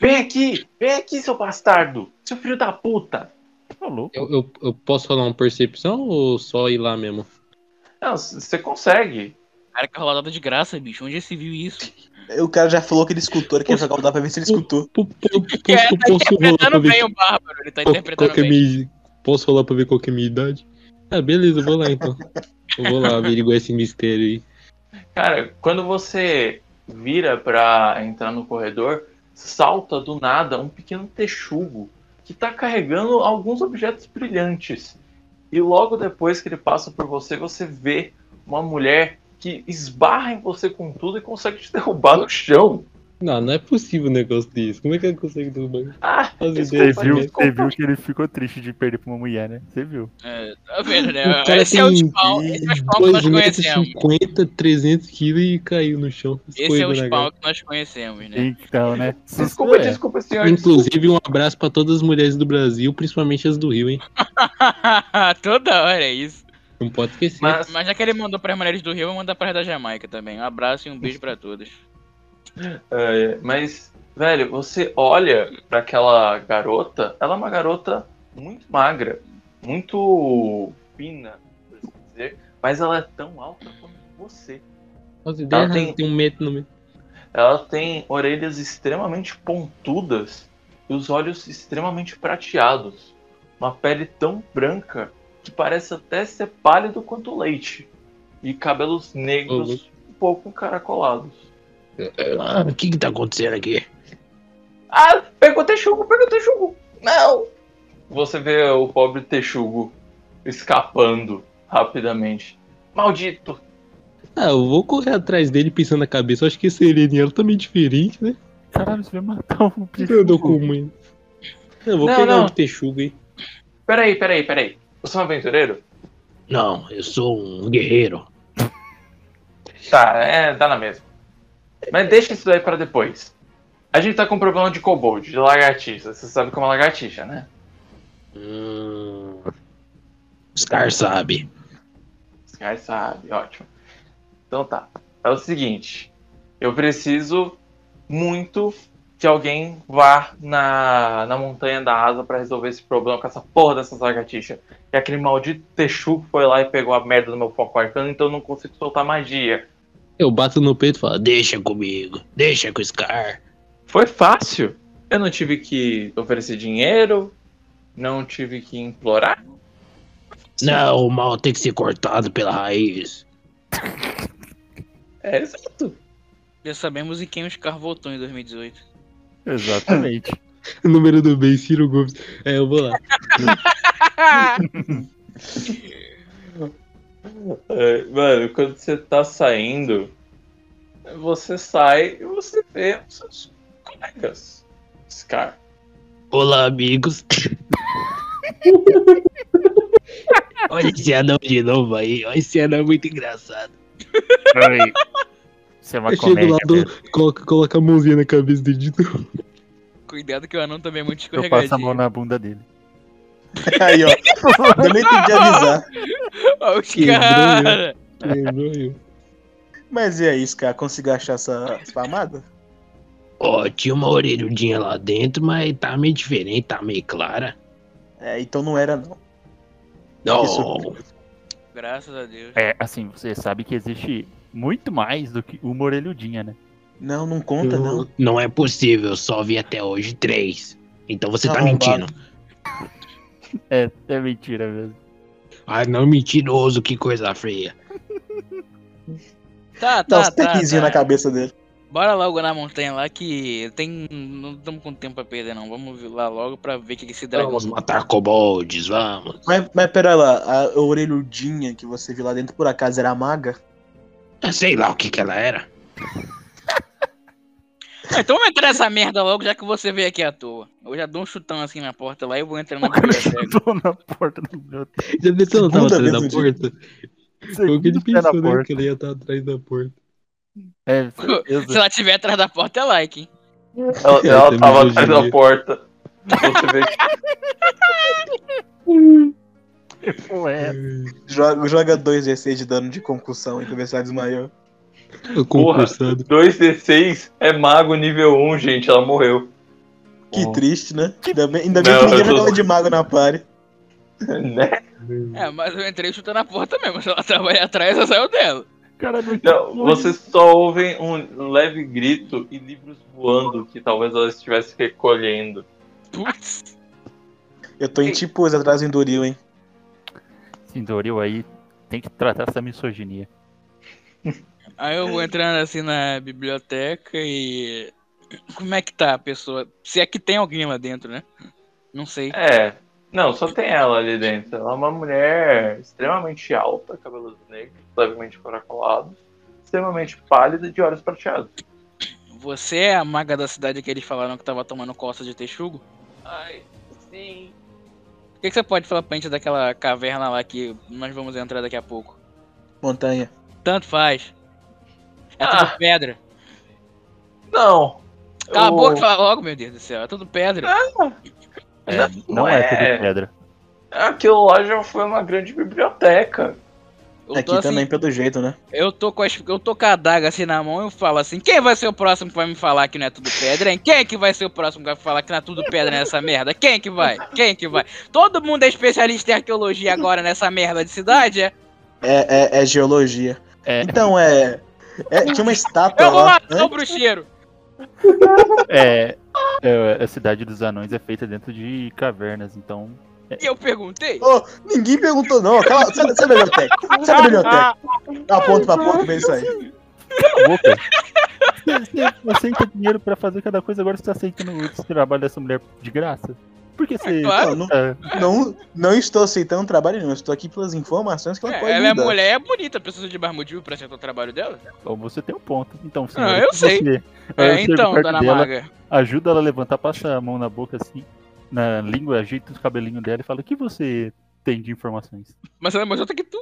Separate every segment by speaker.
Speaker 1: Vem aqui! Vem aqui, seu bastardo! Seu filho da puta!
Speaker 2: Tá louco.
Speaker 3: Eu, eu, eu posso rolar uma percepção ou só ir lá mesmo?
Speaker 1: Não, c- você consegue.
Speaker 4: Cara, que rolada de graça, bicho. Onde já se viu isso?
Speaker 5: O cara já falou que ele escutou, ele quer jogar o dado pra ver se ele escutou.
Speaker 3: Po- po-
Speaker 4: É, tá
Speaker 3: Posso, posso rolar pra
Speaker 4: interpretando
Speaker 3: ver
Speaker 4: bem o Bárbaro. Ele tá
Speaker 3: qual, qual
Speaker 4: interpretando
Speaker 3: que é
Speaker 4: bem.
Speaker 3: minha, posso rolar pra ver qual que é a minha idade? Ah, beleza, eu vou lá então. Eu vou lá averiguar esse mistério aí.
Speaker 1: Cara, quando você vira pra entrar no corredor, salta do nada um pequeno texugo que tá carregando alguns objetos brilhantes. E logo depois que ele passa por você, você vê uma mulher que esbarra em você com tudo e consegue te derrubar no chão.
Speaker 3: Não, não é possível um negócio desse. Como é que eu consegue derrubar?
Speaker 1: Ah,
Speaker 3: As
Speaker 1: isso
Speaker 3: ideias,
Speaker 1: foi
Speaker 3: viu?
Speaker 1: muito
Speaker 2: Você viu que ele ficou triste de perder pra uma mulher, né? Você viu.
Speaker 4: É, tá vendo, né?
Speaker 3: O cara
Speaker 4: Esse é o
Speaker 3: tem
Speaker 4: spawn, esse é o spawn que nós
Speaker 3: 2 metros
Speaker 4: conhecemos.
Speaker 3: 50, 300 quilos e caiu no chão. Essas
Speaker 4: Esse é
Speaker 3: coisas,
Speaker 4: o
Speaker 3: né,
Speaker 4: spawn
Speaker 3: cara?
Speaker 4: que nós conhecemos, né?
Speaker 2: Então, né?
Speaker 1: Desculpa,
Speaker 2: É.
Speaker 1: desculpa, senhor.
Speaker 3: Inclusive, um abraço pra todas as mulheres do Brasil, principalmente as do Rio, hein?
Speaker 4: Toda hora é isso.
Speaker 3: Não pode esquecer.
Speaker 1: Mas,
Speaker 4: Mas já que ele mandou pras mulheres do Rio, eu vou mandar pras da Jamaica também. Um abraço e um beijo pra todas.
Speaker 1: é, mas, velho, você olha pra aquela garota, ela é uma garota muito magra, muito fina, por assim dizer, mas ela é tão alta quanto você. Ela
Speaker 3: Nossa, ideia
Speaker 1: tem-
Speaker 3: tem... tem um metro no meio.
Speaker 1: Ela tem orelhas extremamente pontudas e os olhos extremamente prateados. Uma pele tão branca que parece até ser pálido quanto leite. E cabelos negros um pouco caracolados.
Speaker 3: Ah, o que que tá acontecendo aqui?
Speaker 1: Ah, pegou o texugo, pegou o texugo. Não! Você vê o pobre texugo escapando rapidamente. Maldito!
Speaker 3: Ah, eu vou correr atrás dele pensando na cabeça. Eu acho que esse Eleniano tá meio diferente, né?
Speaker 2: Caralho, você vai matar um
Speaker 3: O que que eu dou
Speaker 2: bicho.
Speaker 3: com ele? Eu vou
Speaker 1: Não,
Speaker 3: pegar
Speaker 1: não.
Speaker 3: um texugo aí.
Speaker 1: Peraí, peraí, peraí. Você é um aventureiro?
Speaker 3: Não, eu sou um guerreiro.
Speaker 1: Tá, é, dá na mesma. Mas deixa isso daí pra depois. A gente tá com um problema de kobold, de lagartixa. Você sabe como é lagartixa, né?
Speaker 3: Hum... Scar sabe.
Speaker 1: Os caras sabem, ótimo. Então tá. É o seguinte. Eu preciso muito que alguém vá na, na montanha da asa pra resolver esse problema com essa porra dessas lagartixas. E aquele maldito Texu foi lá e pegou a merda do meu foco arcano, então eu não consigo soltar magia.
Speaker 3: Eu bato no peito e falo, deixa comigo, deixa com o Scar.
Speaker 1: Foi fácil. Eu não tive que oferecer dinheiro, não tive que implorar.
Speaker 3: Não, o mal tem que ser cortado pela raiz.
Speaker 1: É exato.
Speaker 4: Já sabemos em quem o Scar votou em 2018.
Speaker 2: Exatamente.
Speaker 3: Número do bem, Ciro Gomes. É, eu vou lá.
Speaker 1: É, mano, quando você tá saindo, você sai e você vê os seus colegas. Scar.
Speaker 3: Olá, amigos. Olha esse anão de novo aí. Olha esse anão é muito engraçado.
Speaker 2: Oi. Isso é uma
Speaker 3: Eu chego
Speaker 2: comédia.
Speaker 3: lá,
Speaker 2: mesmo.
Speaker 3: dou, coloca, coloca a mãozinha na cabeça dele de novo.
Speaker 4: Cuidado que o anão também é muito
Speaker 2: Eu passo a mão
Speaker 4: escorregadinho.
Speaker 2: na bunda dele.
Speaker 5: Aí, ó. Eu nem entendi avisar.
Speaker 4: Olha os
Speaker 3: Que
Speaker 4: caras!
Speaker 3: Lembrou eu.
Speaker 5: Mas e aí, Scar, conseguiu achar essa essa amada?
Speaker 3: Ó, tinha uma orelhudinha lá dentro, mas tá meio diferente, tá meio clara.
Speaker 5: É, então não era, não.
Speaker 3: Não,
Speaker 5: surpresa.
Speaker 4: Graças a Deus.
Speaker 2: É, assim, você sabe que existe muito mais do que uma orelhudinha, né?
Speaker 5: Não, não conta,
Speaker 3: eu-
Speaker 5: não.
Speaker 3: não é possível, eu só vi até hoje três. Então você tá
Speaker 5: Arrombado.
Speaker 3: mentindo.
Speaker 2: É, é mentira mesmo.
Speaker 3: Ah, não, mentiroso, que coisa feia.
Speaker 4: Tá,
Speaker 5: Dá
Speaker 4: tá,
Speaker 5: uns
Speaker 4: tá,
Speaker 5: tequizinhos
Speaker 4: tá.
Speaker 5: na cabeça dele.
Speaker 4: Bora logo na montanha lá que tem. Não estamos com tempo pra perder, não. Vamos lá logo pra ver o que que esse dragão.
Speaker 3: Vamos matar coboldes, vamos.
Speaker 5: Mas, mas pera lá, a orelhudinha que você viu lá dentro, por acaso, era a maga?
Speaker 3: Eu É, sei lá o que que ela era.
Speaker 4: Ah, então vamos entrar nessa merda logo, já que você veio aqui à toa. Eu já dou um chutão assim na porta lá e vou entrando na
Speaker 2: O cara
Speaker 4: porta cego.
Speaker 2: chutou na porta do meu.
Speaker 3: Já pensou não tava
Speaker 5: Segunda
Speaker 3: atrás
Speaker 5: vez
Speaker 3: da
Speaker 5: no dia.
Speaker 3: porta? Foi o que ele
Speaker 2: Segundo pé na
Speaker 3: pensou, né? Que
Speaker 2: porta.
Speaker 3: ele ia estar atrás da porta.
Speaker 2: É,
Speaker 4: Se
Speaker 2: certeza.
Speaker 4: ela estiver atrás da porta, é like, hein?
Speaker 1: Ela,
Speaker 3: Eu
Speaker 1: ela
Speaker 3: também
Speaker 1: tava
Speaker 3: É, hoje em
Speaker 1: atrás da
Speaker 3: dia.
Speaker 1: porta. Você vê que
Speaker 2: Pô, é.
Speaker 5: Joga, joga 2G6 de dano de concussão e tu vê se ela desmaiou.
Speaker 3: Concursado.
Speaker 1: 2D6 é mago nível 1, gente. Ela morreu.
Speaker 5: Que
Speaker 2: Porra.
Speaker 5: triste, né? Ainda bem, ainda bem
Speaker 1: Não,
Speaker 5: que
Speaker 1: eu
Speaker 5: ninguém
Speaker 1: tô-
Speaker 5: jogava de mago na party.
Speaker 1: Né?
Speaker 4: É, mas eu entrei chutando a porta mesmo. Se ela tava aí atrás, ela saiu dela.
Speaker 2: O cara é não tinha
Speaker 1: Não,
Speaker 2: sonho.
Speaker 1: vocês só ouvem um leve grito e livros voando que talvez ela estivesse recolhendo.
Speaker 4: Putz.
Speaker 5: Eu tô em tipos atrás do Enduril, hein?
Speaker 2: Sindoril aí tem que tratar essa misoginia.
Speaker 4: Aí eu vou entrando assim na biblioteca e. Como é que tá a pessoa? Se é que tem alguém lá dentro, né? Não sei.
Speaker 1: É. Não, só tem ela ali dentro. Ela é uma mulher extremamente alta, cabelos negros, levemente coracolados, extremamente pálida e de olhos prateados.
Speaker 4: Você é a maga da cidade que eles falaram que tava tomando costa de texugo?
Speaker 1: Ai, sim.
Speaker 4: O que, que você pode falar pra gente daquela caverna lá que nós vamos entrar daqui a pouco?
Speaker 5: Montanha.
Speaker 4: Tanto faz. É tudo
Speaker 1: Ah.
Speaker 4: pedra.
Speaker 1: Não.
Speaker 4: Cala a
Speaker 1: Eu-
Speaker 4: boca e fala logo, meu Deus do céu. É tudo pedra.
Speaker 2: É,
Speaker 1: Não
Speaker 2: não é,
Speaker 1: é.
Speaker 2: tudo pedra.
Speaker 1: Aquilo lá já foi uma grande biblioteca.
Speaker 4: Eu
Speaker 5: Aqui
Speaker 4: tô, assim,
Speaker 5: também, pelo jeito, né?
Speaker 4: eu tô com as- eu tô com a adaga assim na mão e eu falo assim: quem vai ser o próximo que vai me falar que não é tudo pedra, hein? Quem é que vai ser o próximo que vai falar que não é tudo pedra nessa merda? Quem é que vai? Quem é que vai? Todo mundo é especialista em arqueologia agora nessa merda de cidade, é?
Speaker 5: É, é, é geologia.
Speaker 2: É.
Speaker 5: Então é. é- tinha uma estátua
Speaker 4: Eu vou
Speaker 5: lá. né?
Speaker 4: matar o bruxeiro.
Speaker 2: É, é, a cidade dos anões é feita dentro de cavernas, então.
Speaker 4: E eu perguntei.
Speaker 5: Ô, ninguém perguntou, não. Cala, sai, da- sai da biblioteca. Sai
Speaker 4: Ah,
Speaker 5: da biblioteca. Tá Aponta pra porta e vê isso aí.
Speaker 2: Cala a boca! Você, você aceita dinheiro pra fazer cada coisa, agora você tá aceitando esse trabalho dessa mulher de graça? Por que você.
Speaker 4: É, claro.
Speaker 5: Não, não,
Speaker 2: tá-
Speaker 5: não, não estou aceitando trabalho nenhum. eu Estou aqui pelas informações que ela pode
Speaker 4: É,
Speaker 5: me
Speaker 4: ela é
Speaker 5: dar.
Speaker 4: mulher, é bonita, precisa de mais motivo pra acertar o trabalho dela?
Speaker 2: Bom, você tem um ponto. Então,
Speaker 4: Ah,
Speaker 2: senhora,
Speaker 4: eu
Speaker 2: o que
Speaker 4: sei.
Speaker 2: Você, Aí eu
Speaker 4: É,
Speaker 2: chego
Speaker 4: então,
Speaker 2: perto
Speaker 4: dona
Speaker 2: dela,
Speaker 4: Maga.
Speaker 2: ajuda ela a levantar, passa a mão na boca assim, na língua, ajeita os cabelinhos dela e fala: O que você tem de informações?
Speaker 4: Mas ela é mais alta que tu.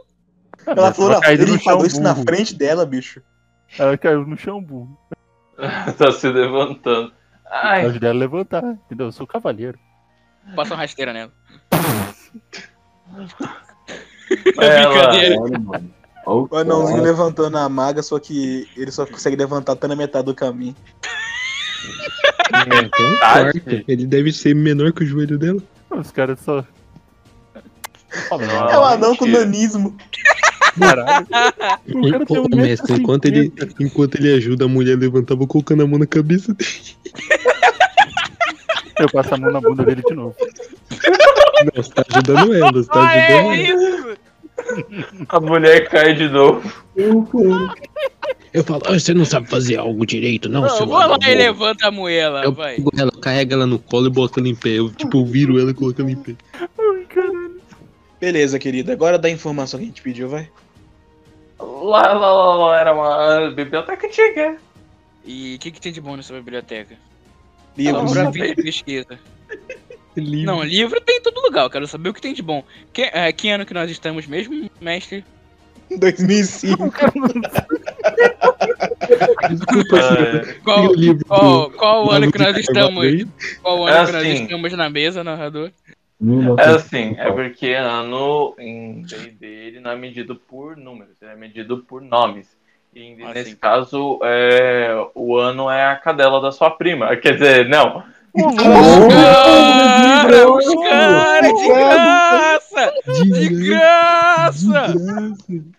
Speaker 2: Ah,
Speaker 5: Ela
Speaker 2: mas
Speaker 5: falou na
Speaker 2: caiu
Speaker 5: ele falou isso na
Speaker 2: burro.
Speaker 5: frente dela, bicho.
Speaker 2: Ela caiu no chão burro.
Speaker 1: tá se levantando. Ai,
Speaker 2: Ajuda ela a levantar, entendeu? Eu sou cavaleiro.
Speaker 4: Passa uma rasteira nela.
Speaker 1: ela,
Speaker 4: brincadeira.
Speaker 6: Olha, mano. Olha
Speaker 5: O anãozinho
Speaker 6: cara.
Speaker 5: levantando a maga, só que ele só consegue levantar até na metade do caminho.
Speaker 3: É, tem um
Speaker 1: Tarde.
Speaker 3: quarto. Ele deve ser menor que o joelho dela.
Speaker 2: Os caras só. Fala,
Speaker 1: Não. Ah,
Speaker 5: é um anão com
Speaker 1: mentira.
Speaker 5: nanismo.
Speaker 2: Caralho. O cara tem um
Speaker 3: Enquanto, mestre, enquanto, ele, enquanto ele ajuda a mulher a levantar, eu vou colocando a mão na cabeça dele.
Speaker 2: Eu passo a mão na bunda dele de novo.
Speaker 3: Não, você tá ajudando ela, você tá ajudando ela.
Speaker 4: Ah, é, isso!
Speaker 1: a mulher cai de novo.
Speaker 7: Eu falo, "Ah, você não sabe fazer algo direito, não,
Speaker 4: Não,
Speaker 7: seu
Speaker 4: eu vou lá
Speaker 7: amor."
Speaker 4: e levanta a moela,
Speaker 3: tá Eu
Speaker 4: vai.
Speaker 3: pego ela, eu carrego ela no colo e boto ela em pé. Eu, tipo, viro ela e coloco ela em pé.
Speaker 5: Beleza, querido. Agora dá a informação que a gente pediu, vai.
Speaker 1: Lá, lá, lá, lá, era uma biblioteca antiga.
Speaker 4: E o que, que tem de bom nessa biblioteca?
Speaker 5: Livros.
Speaker 4: Pra mim, pesquisa. Não, livro tem em todo lugar, eu quero saber o que tem de bom. Que, é, que ano que nós estamos mesmo, mestre?
Speaker 5: 2005.
Speaker 3: Desculpa,
Speaker 1: É,
Speaker 3: senhora.
Speaker 4: Qual,
Speaker 3: Tem o livro
Speaker 4: qual, qual o ano que nós
Speaker 3: Mago de
Speaker 4: estamos?
Speaker 3: Carvalho aí?
Speaker 4: Qual ano
Speaker 1: É
Speaker 4: que nós
Speaker 1: assim.
Speaker 4: estamos na mesa, narrador?
Speaker 6: 1900
Speaker 1: é assim, é porque ano em D&D ele não é medido por números, ele é medido por nomes. E
Speaker 4: Ah,
Speaker 1: nesse
Speaker 4: sim.
Speaker 1: caso, é, o ano é a cadela da sua prima. Quer dizer, não.
Speaker 4: Cara, os caras, de graça! De graça!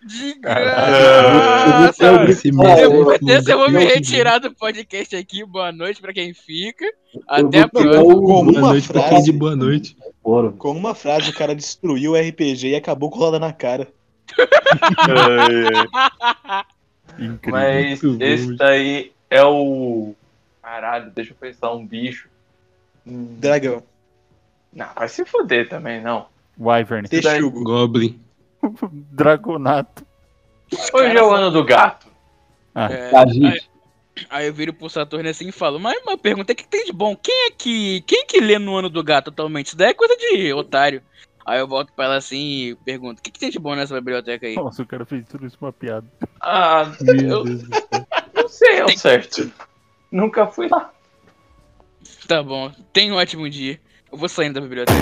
Speaker 4: De graça!
Speaker 3: Esse
Speaker 4: Depois
Speaker 3: mestre.
Speaker 4: desse eu vou me retirar do podcast aqui. Boa noite pra quem fica. Até a
Speaker 6: vou pegar
Speaker 4: próxima.
Speaker 6: o
Speaker 5: Como
Speaker 3: Boa
Speaker 5: uma
Speaker 3: noite pra quem de
Speaker 5: frase.
Speaker 3: boa noite.
Speaker 6: fora.
Speaker 5: Com uma frase, o cara destruiu o RPG e acabou com roda na cara.
Speaker 2: Incrível.
Speaker 1: Mas
Speaker 3: muito bom,
Speaker 1: esse
Speaker 3: gente.
Speaker 1: daí é o. Caralho, deixa eu pensar um bicho. Hum,
Speaker 5: Dragão.
Speaker 1: Não, vai se foder também, não.
Speaker 2: Wyvern. Tipo,
Speaker 5: Texugo.
Speaker 3: Goblin.
Speaker 2: Dragonato.
Speaker 1: Hoje é o ano do gato.
Speaker 4: É,
Speaker 6: Tá, gente.
Speaker 4: aí eu viro pro Saturno assim e falo, mas uma pergunta é que tem de bom. Quem é que. Quem que lê no ano do gato atualmente? Isso daí é coisa de otário. Aí eu volto pra ela assim e pergunto, o que, que tem de bom nessa biblioteca aí?
Speaker 2: Nossa, o cara fez tudo isso uma piada.
Speaker 1: Ah,
Speaker 3: Meu
Speaker 1: eu
Speaker 3: Deus.
Speaker 1: não sei ao certo. Nunca fui lá.
Speaker 4: Tá bom, tenha um ótimo dia. Eu vou saindo da biblioteca.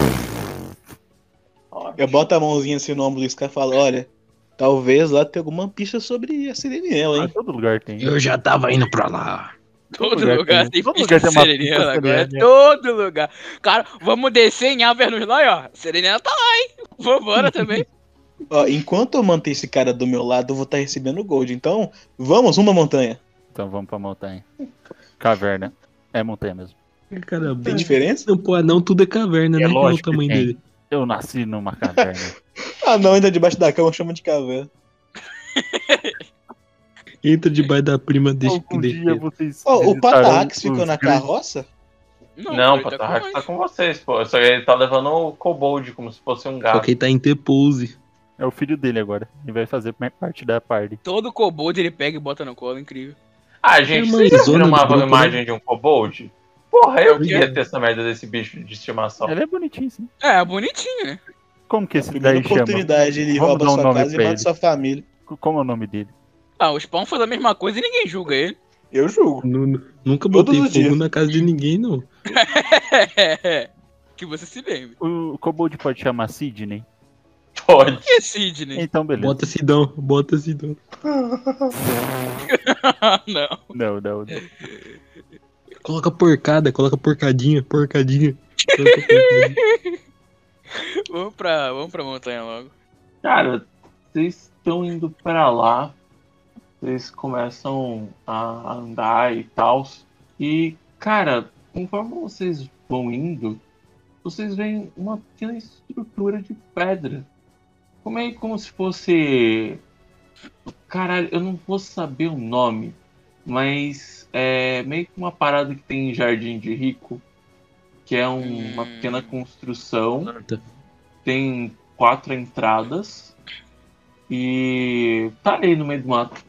Speaker 1: Ó,
Speaker 5: Eu boto a mãozinha assim no ombro do cara e falo, olha, talvez lá tenha alguma pista sobre a Sirenela,
Speaker 2: Em
Speaker 5: hein?
Speaker 2: todo lugar tem.
Speaker 8: Eu já tava indo pra lá.
Speaker 4: Todo
Speaker 2: lugar
Speaker 4: lugar
Speaker 2: tem-
Speaker 4: tem
Speaker 2: todo
Speaker 4: pista
Speaker 2: lugar
Speaker 4: de
Speaker 2: tem uma
Speaker 4: Serenela
Speaker 2: pista
Speaker 4: agora.
Speaker 2: Serenela.
Speaker 4: Todo lugar. Cara, vamos descer em Avernus lá, e ó. Serenela tá lá, hein? Vambora também.
Speaker 2: Ah.
Speaker 5: Ó, enquanto eu manter esse cara do meu lado, eu vou estar recebendo gold. Então, vamos, uma montanha.
Speaker 2: Então vamos pra montanha. Caverna. É montanha mesmo.
Speaker 3: Caramba.
Speaker 5: Tem diferença?
Speaker 3: Não, pô, não, tudo é caverna,
Speaker 2: É
Speaker 3: né? Olha o
Speaker 2: lógico que
Speaker 3: tamanho
Speaker 2: tem.
Speaker 3: dele.
Speaker 2: Eu nasci numa caverna.
Speaker 5: Ah, não, ainda debaixo da cama chama de caverna.
Speaker 3: Entra debaixo da prima, deixa que
Speaker 2: Algum dia
Speaker 3: descer.
Speaker 2: vocês.
Speaker 5: Ó, o
Speaker 2: visitarão
Speaker 5: Patax ficou
Speaker 2: os
Speaker 5: na
Speaker 2: grandes-
Speaker 5: carroça?
Speaker 1: Não,
Speaker 4: ele
Speaker 1: Patarrax
Speaker 4: é com
Speaker 1: tá
Speaker 4: nós.
Speaker 1: com vocês, pô. Só que ele tá levando o Cobold como se fosse um
Speaker 3: Só
Speaker 1: gato.
Speaker 3: que ele tá em T-pose.
Speaker 2: É o filho dele agora. Ele vai fazer parte da party.
Speaker 4: Todo kobold ele pega e bota no colo, incrível.
Speaker 1: Ah, gente,
Speaker 3: É
Speaker 1: vocês
Speaker 3: uma
Speaker 1: já viram
Speaker 3: zona
Speaker 1: uma
Speaker 3: do grupo,
Speaker 1: imagem de um Cobold? Porra, eu
Speaker 3: Eu
Speaker 1: queria
Speaker 3: quero.
Speaker 1: ter essa merda desse bicho de estimação.
Speaker 2: Ele é bonitinho, sim.
Speaker 4: É, bonitinho, né?
Speaker 2: Como que esse
Speaker 5: É Primeira
Speaker 2: daí chama?
Speaker 5: oportunidade, ele
Speaker 2: Vamos
Speaker 5: rouba
Speaker 2: dar um
Speaker 5: sua
Speaker 2: nome
Speaker 5: casa e
Speaker 2: pra
Speaker 5: mata
Speaker 2: ele.
Speaker 5: sua família.
Speaker 2: Como é o nome dele?
Speaker 4: Ah, o Spawn faz a mesma coisa e ninguém julga ele.
Speaker 5: Eu julgo.
Speaker 3: Nu- Nunca
Speaker 5: Todos
Speaker 3: botei
Speaker 5: os
Speaker 3: fogo
Speaker 5: dias.
Speaker 3: na casa de ninguém, não.
Speaker 4: que você se lembre.
Speaker 2: O Cobold pode chamar Sidney?
Speaker 1: Pode.
Speaker 4: Que é Sidney?
Speaker 2: Então, beleza.
Speaker 3: Bota Sidão, bota Sidão.
Speaker 4: não.
Speaker 2: Não, não, não.
Speaker 3: Coloca porcada, coloca porcadinha, porcadinha. Coloca porcadinha.
Speaker 4: Vamos pra, vamos pra montanha logo.
Speaker 1: Cara, vocês estão indo pra lá, vocês começam a andar e tal. E, cara, conforme vocês vão indo, vocês veem uma pequena estrutura de pedra. Como é como se fosse. Caralho, eu não vou saber o nome, mas é meio que uma parada que tem em Jardim de Rico, que é um- uma
Speaker 4: Hum.
Speaker 1: pequena construção
Speaker 3: Torta.
Speaker 1: tem quatro entradas e tá ali no meio do mato.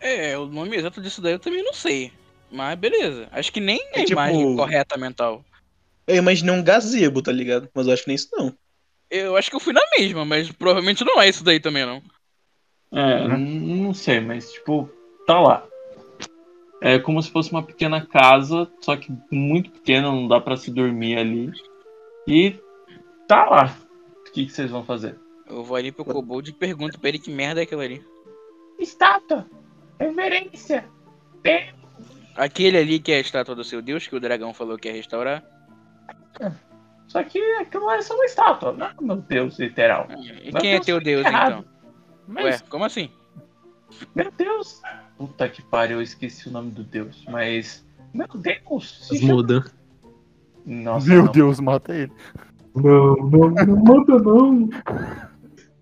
Speaker 4: É, o nome exato disso daí eu também não sei. Mas beleza. Acho que nem a
Speaker 5: É tipo-
Speaker 4: imagem correta mental.
Speaker 5: Eu imaginei um gazebo, tá ligado? Mas eu acho que nem isso não.
Speaker 4: Eu acho que eu fui na mesma, mas provavelmente não é isso daí também, não.
Speaker 1: É, n- não sei, mas tipo, tá lá. É como se fosse uma pequena casa, só que muito pequena, não dá pra se dormir ali. E tá lá. O que, que vocês vão fazer?
Speaker 4: Eu vou ali pro Kobold e pergunto pra ele que merda é aquilo ali.
Speaker 1: Estátua! Reverência!
Speaker 4: Aquele ali que é a estátua do seu deus, que o dragão falou que ia restaurar.
Speaker 1: Só que aquilo é só uma estátua, não é meu Deus, literal.
Speaker 4: E
Speaker 1: Mas
Speaker 4: quem é
Speaker 1: Deus
Speaker 4: teu
Speaker 1: tá
Speaker 4: deus,
Speaker 1: errado.
Speaker 4: então? Ué, como assim?
Speaker 1: Meu Deus! Puta que pariu, eu esqueci o nome do Deus, mas. Meu Deus! se chama-
Speaker 3: Asmodan.
Speaker 1: Nossa,
Speaker 2: Meu
Speaker 1: não.
Speaker 2: Deus, mata ele.
Speaker 9: Não, não, não manda não.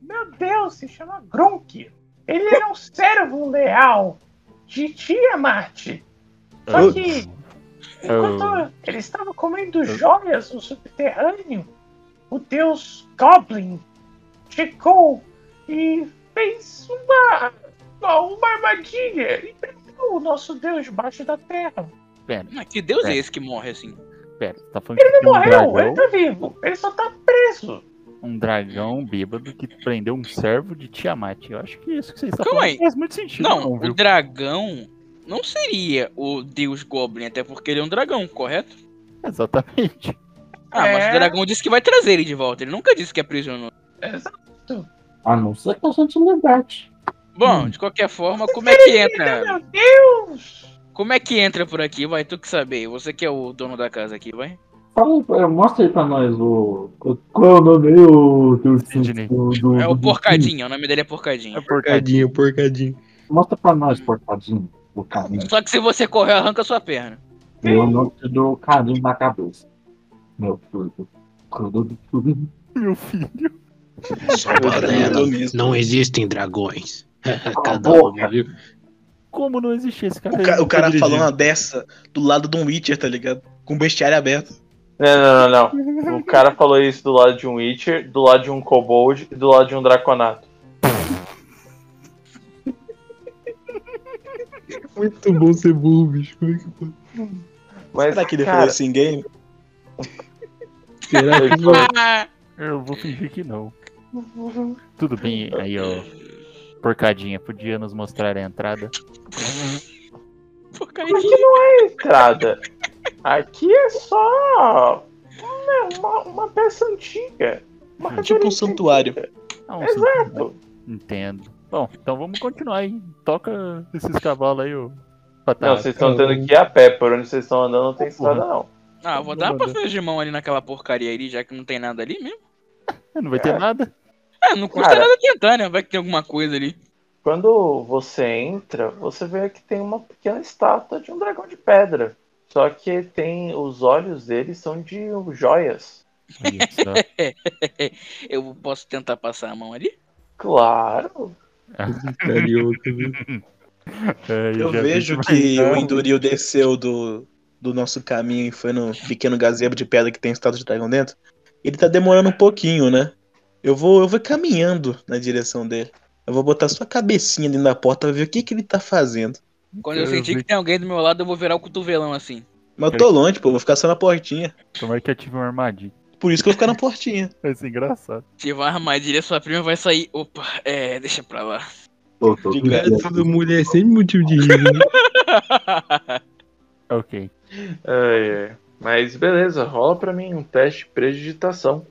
Speaker 1: Meu Deus, se chama Gronk. Ele era um servo leal de Tiamat. Só
Speaker 5: Eu-
Speaker 1: que,
Speaker 2: Oh.
Speaker 1: enquanto ele estava comendo joias no subterrâneo, o deus Goblin chegou e fez uma, uma armadilha e prendeu o nosso deus debaixo da terra.
Speaker 2: Pera,
Speaker 4: Mas que deus é
Speaker 2: É.
Speaker 4: esse que morre assim?
Speaker 2: pera. Você tá falando que tem um
Speaker 1: Morreu, ele
Speaker 2: dragão,
Speaker 1: tá vivo, ele só tá preso.
Speaker 2: um dragão bêbado que prendeu um servo de Tiamat. Eu acho que é isso que vocês estão
Speaker 4: Calma
Speaker 2: falando
Speaker 4: aí.
Speaker 2: não faz muito sentido, não,
Speaker 4: Não, o
Speaker 2: viu?
Speaker 4: dragão não seria o deus Goblin, até porque ele é um dragão, correto?
Speaker 2: Exatamente.
Speaker 4: Ah, mas
Speaker 1: É.
Speaker 4: o dragão disse que vai trazer ele de volta. Ele nunca disse que aprisionou.
Speaker 9: A não ser que a gente liberte.
Speaker 4: Bom, de qualquer forma, como é que entra?
Speaker 1: Meu Deus!
Speaker 4: Como é que entra por aqui, vai? Tu que saber. Você que é o dono da casa aqui, vai?
Speaker 9: Fala aí, pra- mostra aí pra nós o. o- Qual é o nome aí, o. Do,
Speaker 2: Sidney.
Speaker 9: do- do-
Speaker 4: É o
Speaker 9: do-
Speaker 4: Porcadinho, o nome dele é Porcadinho.
Speaker 3: Porcadinha, porcadinha.
Speaker 9: Mostra pra nós, porcadinho. O carinho.
Speaker 4: Só que se você correr, arranca sua perna.
Speaker 9: Eu não te dou carinho na cabeça. Meu filho. Quando-
Speaker 2: Meu filho.
Speaker 10: É,
Speaker 8: Só balela.
Speaker 5: mesmo.
Speaker 8: Não existem dragões.
Speaker 9: Cala a
Speaker 8: Cada um,
Speaker 9: boca.
Speaker 8: viu?
Speaker 2: Como não existia esse cara?
Speaker 5: O, ca- o cara falou uma dessa do lado de um Witcher, tá ligado? Com o bestiário aberto.
Speaker 1: Não, não, não, não. O cara falou isso do lado de um Witcher, do lado de um Kobold e do lado de um Draconato.
Speaker 3: Muito bom ser burro, bicho. Como é que pode?
Speaker 1: Mas,
Speaker 5: Será que ele falou
Speaker 1: cara,
Speaker 5: isso em game?
Speaker 3: Será que vai?
Speaker 4: Ah,
Speaker 2: Eu vou fingir que não. Tudo bem, aí, ó. Porcadinha, podia nos mostrar a entrada?
Speaker 4: Porcadinho.
Speaker 11: é
Speaker 1: estrada.
Speaker 11: né,
Speaker 1: Aqui é só uma, uma- uma peça antiga.
Speaker 5: Tipo um santuário. um
Speaker 2: Não, Exato. Entendo. Bom, então vamos continuar aí. Toca esses cavalos aí, ô.
Speaker 11: Não,
Speaker 5: Ah,
Speaker 2: Patata.
Speaker 11: vocês estão
Speaker 5: então-
Speaker 11: tendo que ir a pé, por onde vocês estão andando não tem estrada, não.
Speaker 4: Ah, eu vou dar uma passada de mão ali naquela porcaria ali, já que não tem nada ali mesmo.
Speaker 2: É, Não vai ter nada.
Speaker 4: Ah, não custa
Speaker 11: Cara.
Speaker 4: nada tentar, né? Vai que tem alguma coisa ali.
Speaker 11: Quando você entra, você vê que tem uma pequena estátua de um dragão de pedra. Só que tem os olhos dele são de joias.
Speaker 2: Aí, só.
Speaker 4: Eu posso tentar passar a mão ali?
Speaker 11: Claro.
Speaker 10: Carioca, viu?
Speaker 2: É,
Speaker 5: Eu
Speaker 2: já vi né?
Speaker 5: vejo
Speaker 2: demais.
Speaker 5: que o Enduril desceu do, do nosso caminho e foi no pequeno gazebo de pedra que tem estátua de dragão dentro. Ele tá demorando um pouquinho, né? Eu vou, eu vou caminhando na direção dele. Eu vou botar sua cabecinha ali na porta pra ver o que, que ele tá fazendo.
Speaker 4: Quando eu
Speaker 2: Eu
Speaker 4: sentir
Speaker 2: vi.
Speaker 4: que tem alguém do meu lado, eu vou virar o cotovelão assim.
Speaker 5: Mas eu tô longe, pô, eu vou ficar só na portinha.
Speaker 2: Tomara é que eu tive uma armadilha.
Speaker 5: Por isso que eu vou ficar na portinha.
Speaker 2: Vai ser engraçado.
Speaker 4: Se vai armadilha, sua prima vai sair. Opa, é, deixa pra lá.
Speaker 9: Tô, tô.
Speaker 5: De graça.
Speaker 10: Toda mulher é sempre motivo de rir, né?
Speaker 2: Ok.
Speaker 11: Ai, ai. Mas beleza, rola pra mim um teste de predigitação.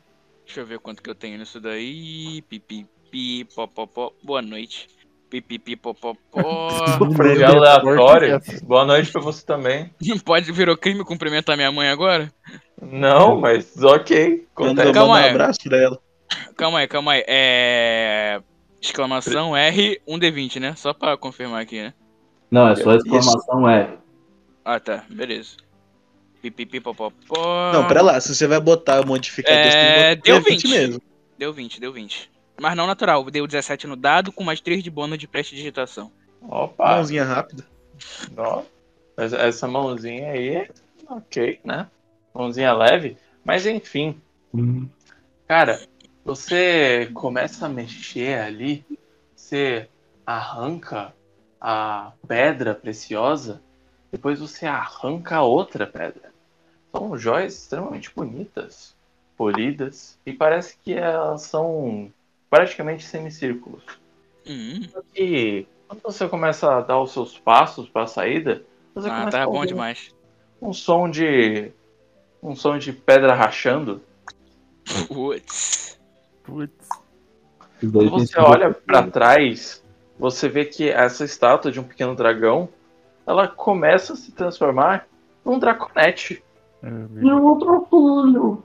Speaker 4: Deixa eu ver quanto que eu tenho nisso daí. Pipipi, popopó. Boa noite. Pipipi, popopó.
Speaker 11: Foi é
Speaker 2: é
Speaker 11: aleatório.
Speaker 2: assim,
Speaker 11: Boa noite pra você também.
Speaker 4: Não pode virou crime cumprimentar minha mãe agora?
Speaker 11: Não, mas ok.
Speaker 5: Quando
Speaker 11: Acontece.
Speaker 5: eu
Speaker 4: Calma
Speaker 5: mando um
Speaker 4: aí.
Speaker 5: abraço pra ela.
Speaker 4: Calma aí, calma aí. É. Exclamação R, 1D20, né? Só pra confirmar aqui, né?
Speaker 9: Não, é só exclamação é, R.
Speaker 4: Ah, tá. Beleza. Pipipi, popopó.
Speaker 5: Não, pera lá, se você vai botar o modificador, você
Speaker 4: É,
Speaker 5: tem que
Speaker 4: deu 20.
Speaker 5: mesmo.
Speaker 4: Deu 20, deu 20. Mas não natural, deu 17 no dado com mais 3 de bônus de prestidigitação.
Speaker 11: Opa,
Speaker 5: Mãozinha rápida.
Speaker 11: ó. Mas Essa mãozinha aí é ok, né? Mãozinha leve. Mas enfim, Cara, você começa a mexer ali, você arranca a pedra preciosa, depois você arranca a outra pedra. São joias extremamente bonitas, polidas, e parece que elas são praticamente semicírculos.
Speaker 4: Hum,
Speaker 11: Só que quando você começa a dar os seus passos para a saída, você
Speaker 4: ah,
Speaker 11: começa
Speaker 1: é
Speaker 4: tá
Speaker 11: a
Speaker 4: bom
Speaker 11: ouvir
Speaker 4: demais.
Speaker 11: um som de um som de pedra rachando.
Speaker 4: Putz.
Speaker 2: Putz.
Speaker 9: Os
Speaker 11: Quando
Speaker 9: dois
Speaker 11: você
Speaker 9: têm-
Speaker 11: olha pra trás, você vê que essa estátua de um pequeno dragão, ela começa a se transformar num draconete.
Speaker 2: Ah, meu Deus.
Speaker 9: Meu outro filho.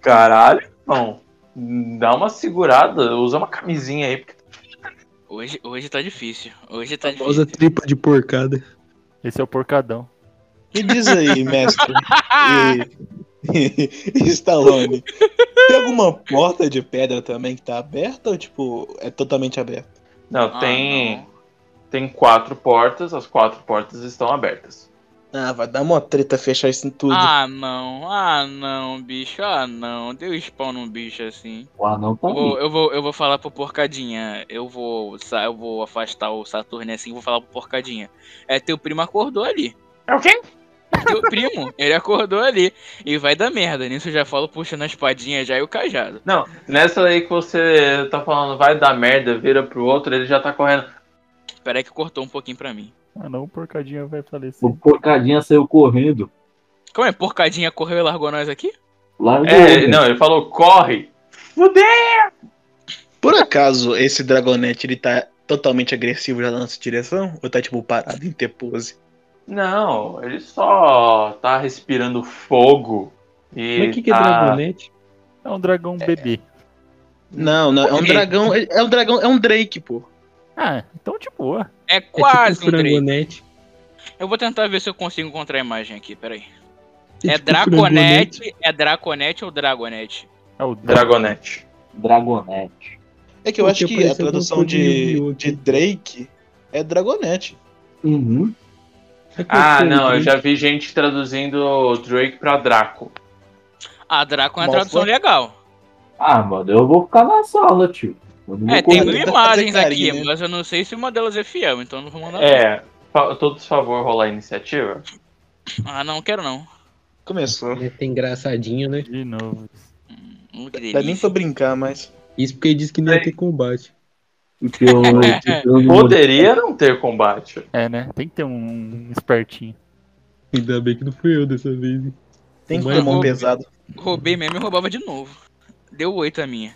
Speaker 11: Caralho, irmão. Dá uma segurada, usa uma camisinha aí. Porque...
Speaker 4: Hoje, hoje tá difícil. Hoje tá
Speaker 10: Famosa
Speaker 4: difícil.
Speaker 10: tripa de porcada.
Speaker 2: Esse é o porcadão.
Speaker 5: Me diz aí, mestre.
Speaker 4: Ah.
Speaker 5: e... e Stallone. Tem alguma porta de pedra também que tá aberta ou, tipo, é totalmente aberta?
Speaker 11: Não,
Speaker 4: Ah,
Speaker 11: tem,
Speaker 4: não.
Speaker 11: tem quatro portas, as quatro portas estão abertas.
Speaker 5: Ah, vai dar uma treta fechar isso tudo.
Speaker 4: Ah, não. Ah, não, bicho. Ah, não. Deu spawn num bicho assim.
Speaker 9: O anão tá
Speaker 4: Eu vou,
Speaker 9: ali.
Speaker 4: eu vou, eu vou falar pro Porcadinha. Eu vou, sa- eu vou afastar o Saturno assim, vou falar pro Porcadinha. É, teu primo acordou ali.
Speaker 11: É o quê?
Speaker 4: Teu primo, ele acordou ali. E vai dar merda. Nisso eu já falo puxando a espadinha já e o cajado.
Speaker 11: Não, nessa aí que você tá falando, vai dar merda, vira pro outro, ele já tá correndo.
Speaker 4: Peraí que cortou um pouquinho pra mim.
Speaker 2: Ah não, o porcadinho vai falecer.
Speaker 9: O porcadinha saiu correndo.
Speaker 4: Como é? Porcadinha correu e largou nós aqui?
Speaker 9: Largou.
Speaker 11: É,
Speaker 9: né?
Speaker 11: não, ele falou, corre! Fudeu!
Speaker 5: Por acaso esse Dragonete ele tá totalmente agressivo já na nossa direção? Ou tá, tipo, parado em ter pose?
Speaker 11: Não, ele só tá respirando fogo e
Speaker 10: Mas o que, que é
Speaker 11: tá-
Speaker 10: dragonete?
Speaker 2: É um dragão bebê.
Speaker 5: Não, não, é um
Speaker 11: Ok.
Speaker 5: dragão, é é um dragão, é um Drake, pô.
Speaker 2: Ah, então de boa.
Speaker 4: É
Speaker 10: É tipo
Speaker 4: quase um Drake.
Speaker 10: frangonete.
Speaker 4: Eu vou tentar ver se eu consigo encontrar a imagem aqui, peraí. É,
Speaker 10: tipo frangonete.
Speaker 4: Draconete, é Draconete ou Dragonete?
Speaker 2: É o
Speaker 11: Dragonete.
Speaker 9: Dragonete.
Speaker 5: É que eu
Speaker 10: Pô,
Speaker 5: acho
Speaker 10: que
Speaker 5: que a
Speaker 10: apareceu
Speaker 5: tradução
Speaker 10: alguma coisa em
Speaker 5: de,
Speaker 10: Yu-Gi-Oh!
Speaker 5: de Drake é Dragonete.
Speaker 9: Uhum.
Speaker 10: Será que
Speaker 11: Ah,
Speaker 10: é um
Speaker 11: não, eu
Speaker 10: Drake?
Speaker 11: já vi gente traduzindo o Drake pra Draco.
Speaker 4: Ah, Draco é uma
Speaker 5: Mal
Speaker 4: tradução
Speaker 5: foi.
Speaker 4: legal.
Speaker 9: Ah, mano, eu vou ficar na sala, tio. Eu não
Speaker 4: É,
Speaker 9: vou
Speaker 4: tem
Speaker 9: correr.
Speaker 4: mil
Speaker 10: tá
Speaker 5: tentar
Speaker 4: imagens
Speaker 5: fazer
Speaker 4: aqui,
Speaker 5: carinho, né?
Speaker 4: mas eu não sei se uma delas é fiel, então não vou mandar. não.
Speaker 11: É, fa- todos favor rolar a iniciativa.
Speaker 4: Ah, não, quero não.
Speaker 5: Começou.
Speaker 10: Deve ser É, engraçadinho, né?
Speaker 2: De novo.
Speaker 4: Hum, que
Speaker 10: Tá
Speaker 5: Dá nem pra
Speaker 4: delícia.
Speaker 5: brincar, mas.
Speaker 10: Isso porque diz que não ia ter combate.
Speaker 9: Porque eu- porque eu não-
Speaker 11: Poderia não ter combate.
Speaker 2: É, né? Tem que ter um espertinho.
Speaker 10: Ainda bem que não fui eu dessa vez. hein?
Speaker 5: Tem que
Speaker 10: Mas
Speaker 5: tomar um
Speaker 4: vou-
Speaker 5: pesado.
Speaker 4: Roubei mesmo e roubava de novo. Deu 8 a minha.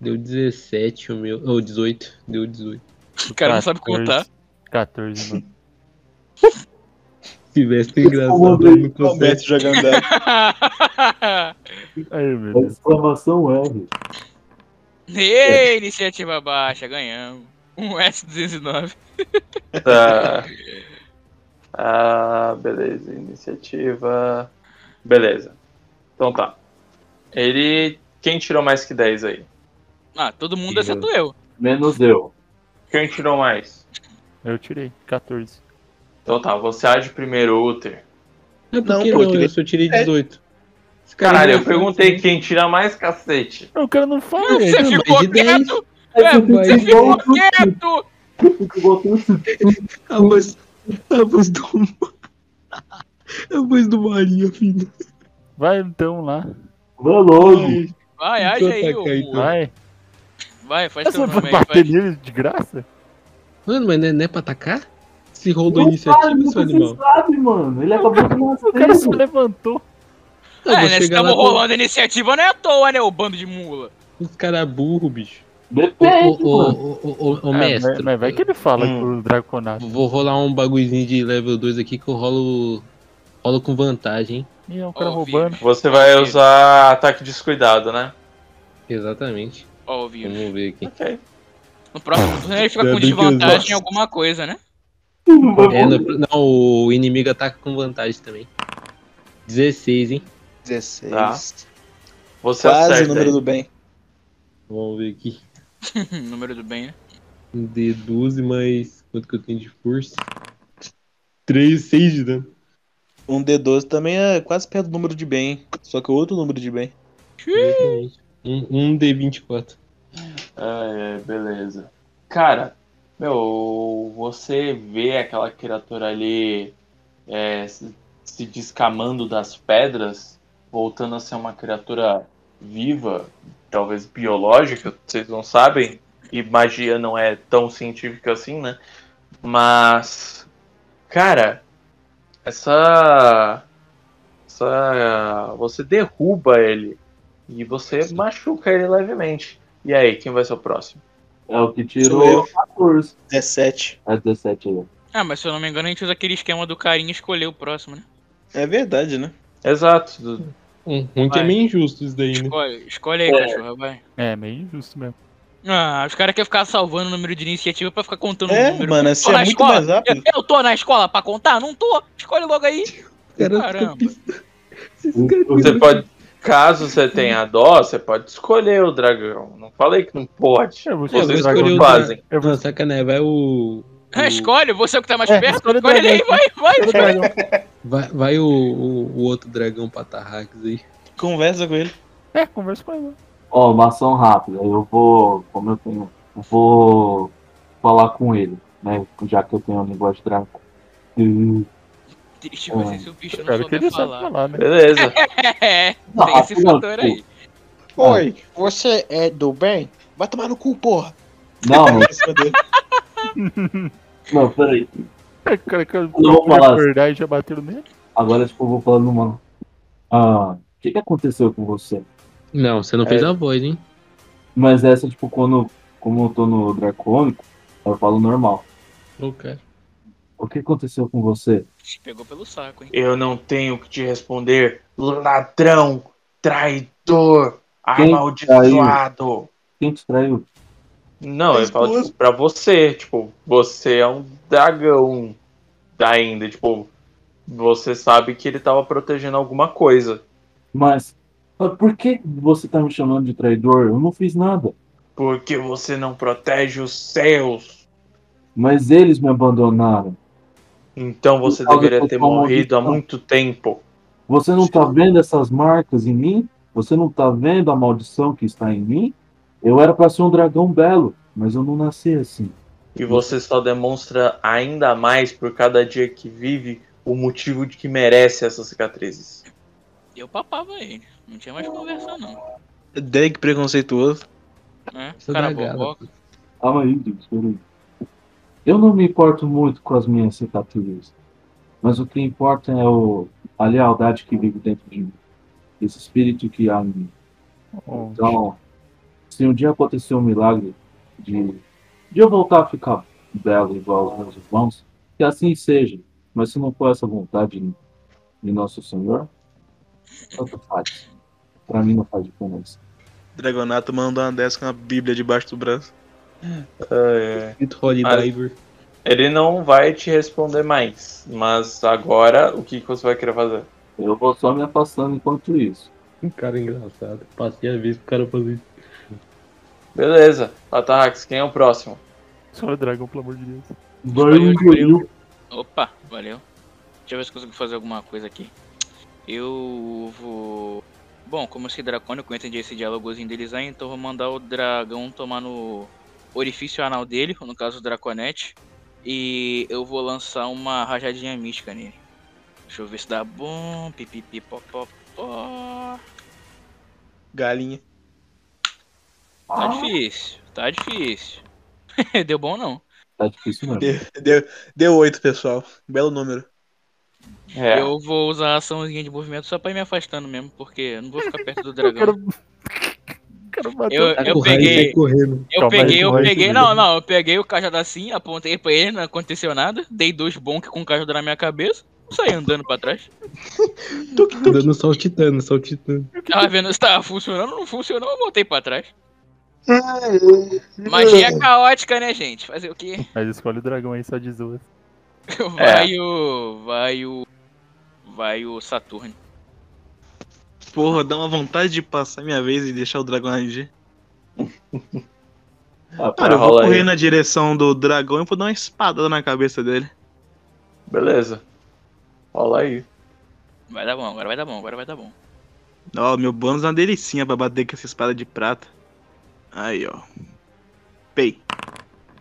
Speaker 10: Deu 17 o meu. Ou 18. Deu 18.
Speaker 4: O cara não sabe contar.
Speaker 2: 14, mano.
Speaker 10: Se tivesse engraçado,
Speaker 9: Como
Speaker 10: eu não
Speaker 5: O
Speaker 10: consegue.
Speaker 5: Beto jogando dado.
Speaker 2: Ai, meu
Speaker 9: É
Speaker 2: Deus.
Speaker 9: exclamação R.
Speaker 10: É.
Speaker 4: Ei, iniciativa baixa, ganhamos. Um S19.
Speaker 11: Tá. Ah, beleza. Iniciativa. Beleza. Então tá. Ele. Quem tirou mais que 10 aí?
Speaker 4: Ah, todo mundo
Speaker 10: Eu.
Speaker 4: exceto eu.
Speaker 9: Menos eu.
Speaker 11: Quem tirou mais?
Speaker 2: Eu tirei. 14.
Speaker 11: Então tá, você age primeiro, Uther.
Speaker 10: Não,
Speaker 5: Não,
Speaker 10: por que
Speaker 5: pô, é,
Speaker 10: não?
Speaker 5: eu queria-
Speaker 10: Eu só tirei 18. Esse cara
Speaker 11: Caralho, eu
Speaker 10: engraçado,
Speaker 11: perguntei
Speaker 10: né?
Speaker 11: quem tira mais cacete.
Speaker 2: O cara não fala.
Speaker 10: Cara,
Speaker 4: Você
Speaker 10: não, mais
Speaker 4: ficou
Speaker 10: É, de 10.
Speaker 4: quieto? É,
Speaker 10: Mas
Speaker 4: você
Speaker 10: de
Speaker 4: ficou
Speaker 9: dez.
Speaker 4: quieto!
Speaker 10: A voz, a voz do. A voz do Marinho, filho.
Speaker 2: Vai então lá.
Speaker 9: Vou logo.
Speaker 4: Vai,
Speaker 10: Então
Speaker 4: age aí,
Speaker 10: tá,
Speaker 4: ô.
Speaker 10: cara,
Speaker 4: burro.
Speaker 2: Vai.
Speaker 4: Vai, faz
Speaker 2: Você
Speaker 4: seu é nome
Speaker 2: vai
Speaker 4: aí. Faz.
Speaker 2: bater nele de graça?
Speaker 10: Mano, mas não é, não é pra atacar? Se rolou
Speaker 9: Não sabe,
Speaker 10: iniciativa, seu
Speaker 9: você
Speaker 10: é tipo animal.
Speaker 9: sabe, mano. Ele acabou de
Speaker 2: O cara
Speaker 9: nascer.
Speaker 2: só levantou.
Speaker 10: Eu
Speaker 4: É,
Speaker 10: vou
Speaker 4: né?
Speaker 10: chegar lá
Speaker 4: Estamos
Speaker 10: com
Speaker 4: rolando iniciativa, não é à toa, né, ô bando de mula.
Speaker 10: Os caras burros, bicho. Ô,
Speaker 9: Depende,
Speaker 10: ô,
Speaker 9: mano.
Speaker 10: ô, ô, ô, ô,
Speaker 2: Ah,
Speaker 10: mestre.
Speaker 2: mas, mas vai que ele fala
Speaker 11: Hum.
Speaker 2: pro Draconato.
Speaker 10: Vou rolar um bagulhozinho de level 2 aqui que eu rolo. Rolo com vantagem, hein?
Speaker 2: Ih, é um cara
Speaker 4: Ó,
Speaker 2: roubando.
Speaker 11: Você vai usar ataque descuidado, né?
Speaker 10: Exatamente.
Speaker 4: Ó, o Vini.
Speaker 10: Vamos ver aqui.
Speaker 11: Ok.
Speaker 4: No próximo turno ele fica
Speaker 5: É
Speaker 10: Ainda
Speaker 4: com
Speaker 10: bem que eu-
Speaker 4: desvantagem
Speaker 10: Nossa.
Speaker 4: em alguma coisa, né?
Speaker 10: É, no- não, o inimigo ataca com vantagem também. 16, hein?
Speaker 5: 16.
Speaker 11: Tá. Você
Speaker 5: Quase o
Speaker 11: acerta.
Speaker 5: número
Speaker 11: aí.
Speaker 5: do bem.
Speaker 10: Vamos ver aqui.
Speaker 4: Número do bem, né?
Speaker 10: Um D12 mais. Quanto que eu tenho de força? 3, 6 de dano.
Speaker 5: Um D12 também é quase perto do número de bem, hein? Só que o outro número de bem.
Speaker 10: Exatamente. Um, um D24.
Speaker 11: Ai, ai, beleza. Cara, meu, você vê aquela criatura ali é, se se descamando das pedras, voltando a ser uma criatura viva, talvez biológica, vocês não sabem, e magia não é tão científica assim, né? Mas, cara, essa. essa você derruba ele e você machuca ele levemente. E aí, quem vai ser o próximo?
Speaker 9: É o que tirou 14.
Speaker 5: 17.
Speaker 9: É 17 aí.
Speaker 4: Ah, mas se eu não me engano, a gente usa aquele esquema do carinha escolher o próximo, né?
Speaker 5: É verdade, né?
Speaker 11: Exato. do-
Speaker 10: Um, ruim que é
Speaker 4: Vai.
Speaker 10: meio injusto isso daí, né?
Speaker 4: Escolhe, escolhe aí, cachorra, vai.
Speaker 2: É, meio injusto mesmo.
Speaker 4: Ah, os caras querem ficar salvando o número de iniciativa pra ficar contando o
Speaker 5: É,
Speaker 4: número.
Speaker 5: mano, assim é muito mais
Speaker 4: Eu,
Speaker 5: rápido.
Speaker 4: eu tô na escola pra contar? Não tô. Escolhe logo aí. Tipo, Caramba.
Speaker 11: Você pode. Caso você tenha dó, você pode escolher o dragão. Não falei que não pode.
Speaker 2: Eu vou
Speaker 10: vou
Speaker 11: Vocês
Speaker 10: escolher
Speaker 11: não
Speaker 10: o
Speaker 11: fazem.
Speaker 2: Eu vou
Speaker 10: Não, sacanagem, vai o.
Speaker 4: É,
Speaker 10: o
Speaker 4: escolhe, você que tá mais
Speaker 2: É,
Speaker 4: perto.
Speaker 2: escolhe
Speaker 4: Escolhe,
Speaker 2: o dragão.
Speaker 4: ele aí, vai, vai.
Speaker 2: escolher o dragão.
Speaker 10: vai vai o, o, o outro dragão patarrax aí.
Speaker 5: Conversa com ele.
Speaker 2: É, conversa com ele.
Speaker 9: Ó, uma ação rápida. Eu vou. Como eu tenho. eu Vou falar com ele, né? Já que eu tenho a linguagem draco. Hum,
Speaker 4: É Triste vai ser se o bicho não
Speaker 2: Cara, que
Speaker 4: souber
Speaker 2: ele sabe
Speaker 4: falar.
Speaker 2: falar, né?
Speaker 11: Beleza.
Speaker 4: É,
Speaker 9: Não,
Speaker 4: tem esse
Speaker 9: não,
Speaker 4: fator aí.
Speaker 5: Oi, você é do bem? Vai tomar no cu, porra.
Speaker 9: Não,
Speaker 5: Em cima dele.
Speaker 9: não, peraí.
Speaker 2: É, cara, que eu
Speaker 9: vou falar.
Speaker 2: verdade já bateram nele.
Speaker 9: Agora, tipo, eu vou falar numa. Ah, o que, que aconteceu com você?
Speaker 10: Não, você não fez a voz, hein?
Speaker 9: Mas essa, tipo, quando. Como eu tô no dracônico, eu falo normal.
Speaker 10: Ô, cara.
Speaker 9: O que aconteceu com você?
Speaker 4: Pegou pelo saco, hein?
Speaker 11: Eu não tenho que te responder, ladrão, traidor,
Speaker 9: Quem
Speaker 11: amaldiçoado.
Speaker 9: Quem te traiu?
Speaker 11: Não, eu
Speaker 5: Mas
Speaker 11: falo
Speaker 5: duas-
Speaker 11: tipo, pra você. Tipo, você é um dragão ainda. Tipo, você sabe que ele tava protegendo alguma coisa.
Speaker 9: Mas, mas por que você tá me chamando de traidor? Eu não fiz nada.
Speaker 11: Porque você não protege os seus.
Speaker 9: Mas eles me abandonaram.
Speaker 11: Então você
Speaker 9: Por causa
Speaker 11: deveria
Speaker 9: dessa
Speaker 11: ter morrido há
Speaker 9: um maldição.
Speaker 11: muito tempo.
Speaker 9: Você não tá vendo essas marcas em mim? Você não tá vendo a maldição que está em mim? Eu era pra ser um dragão belo, mas eu não nasci assim.
Speaker 11: E você só demonstra ainda mais por cada dia que vive o motivo de que merece essas cicatrizes.
Speaker 4: Eu papava ele. Não tinha mais conversa, não.
Speaker 5: Drake preconceituoso.
Speaker 4: É,
Speaker 10: Isso
Speaker 4: cara
Speaker 10: dá gala,
Speaker 4: boboca.
Speaker 10: pô.
Speaker 9: Calma então, aí, Deus, peraí. Eu não me importo muito com as minhas cicatrizes, mas o que importa é o, a lealdade que vive dentro de mim. esse espírito que há em mim. Então, se um dia acontecer um milagre de, de eu voltar a ficar belo igual aos meus irmãos, que assim seja. Mas se não for essa vontade de, de Nosso Senhor, tanto faz. Pra mim não faz diferença.
Speaker 5: Dragonato mandou uma dessa com a Bíblia debaixo do braço. Ai, ai.
Speaker 10: Muito Holy
Speaker 11: Ah.
Speaker 10: Diver.
Speaker 11: Ele não vai te responder mais, mas agora o que que você vai querer fazer?
Speaker 9: Eu vou só me afastando enquanto isso.
Speaker 10: Um cara engraçado. Passei a vez pro cara fazer isso.
Speaker 11: Beleza, Atax, quem é o próximo?
Speaker 2: Só o dragão, pelo amor de Deus.
Speaker 9: Vai
Speaker 4: Valeu,
Speaker 9: engolir.
Speaker 4: Opa, valeu. Deixa eu ver se consigo fazer alguma coisa aqui. Eu vou. Bom, como eu sei dracônico, eu entendi esse diálogozinho deles aí, então eu vou mandar o dragão tomar no orifício anal dele, no caso o Draconete. E eu vou lançar uma rajadinha mística nele. Deixa eu ver se dá bom. Pipipi, pó, pó, pó.
Speaker 5: Galinha.
Speaker 4: Tá difícil, tá difícil. Deu bom não.
Speaker 9: Tá difícil mesmo.
Speaker 5: Deu, deu 8, pessoal. Belo número.
Speaker 11: É,
Speaker 4: Eu vou usar a açãozinha de movimento só pra ir me afastando mesmo, porque eu não vou ficar perto do
Speaker 2: Eu
Speaker 4: dragão.
Speaker 2: quero. Quero bater.
Speaker 4: Eu-
Speaker 10: Tá
Speaker 4: eu
Speaker 10: correndo,
Speaker 4: peguei-
Speaker 10: sai correndo.
Speaker 4: Eu peguei,
Speaker 2: Calma aí,
Speaker 4: eu
Speaker 2: calma aí,
Speaker 4: peguei.
Speaker 2: tudo
Speaker 4: Não,
Speaker 2: bem.
Speaker 4: não, eu peguei o cajado assim, apontei pra ele, não aconteceu nada. Dei dois bonk com o cajado na minha cabeça. Saí andando pra trás.
Speaker 10: Dando saltitando, saltitando.
Speaker 4: Tava vendo se tava funcionando, não funcionou, eu voltei pra trás.
Speaker 2: É,
Speaker 4: Magia caótica, né, gente? Fazer o quê?
Speaker 2: Mas escolhe o dragão aí só de zoa.
Speaker 4: Vai o. Vai o. Vai o Saturno.
Speaker 5: Porra, dá uma vontade de passar minha vez e deixar o dragão agir.
Speaker 9: Ah,
Speaker 5: Cara, eu vou
Speaker 11: rola aí.
Speaker 5: correr na direção do dragão e vou dar uma espadada na cabeça dele.
Speaker 11: beleza. Fala aí.
Speaker 4: Vai dar bom, agora vai dar bom, agora vai dar bom.
Speaker 5: Ó, meu bônus é uma delicinha pra bater com essa espada de prata. Aí, ó. Pei.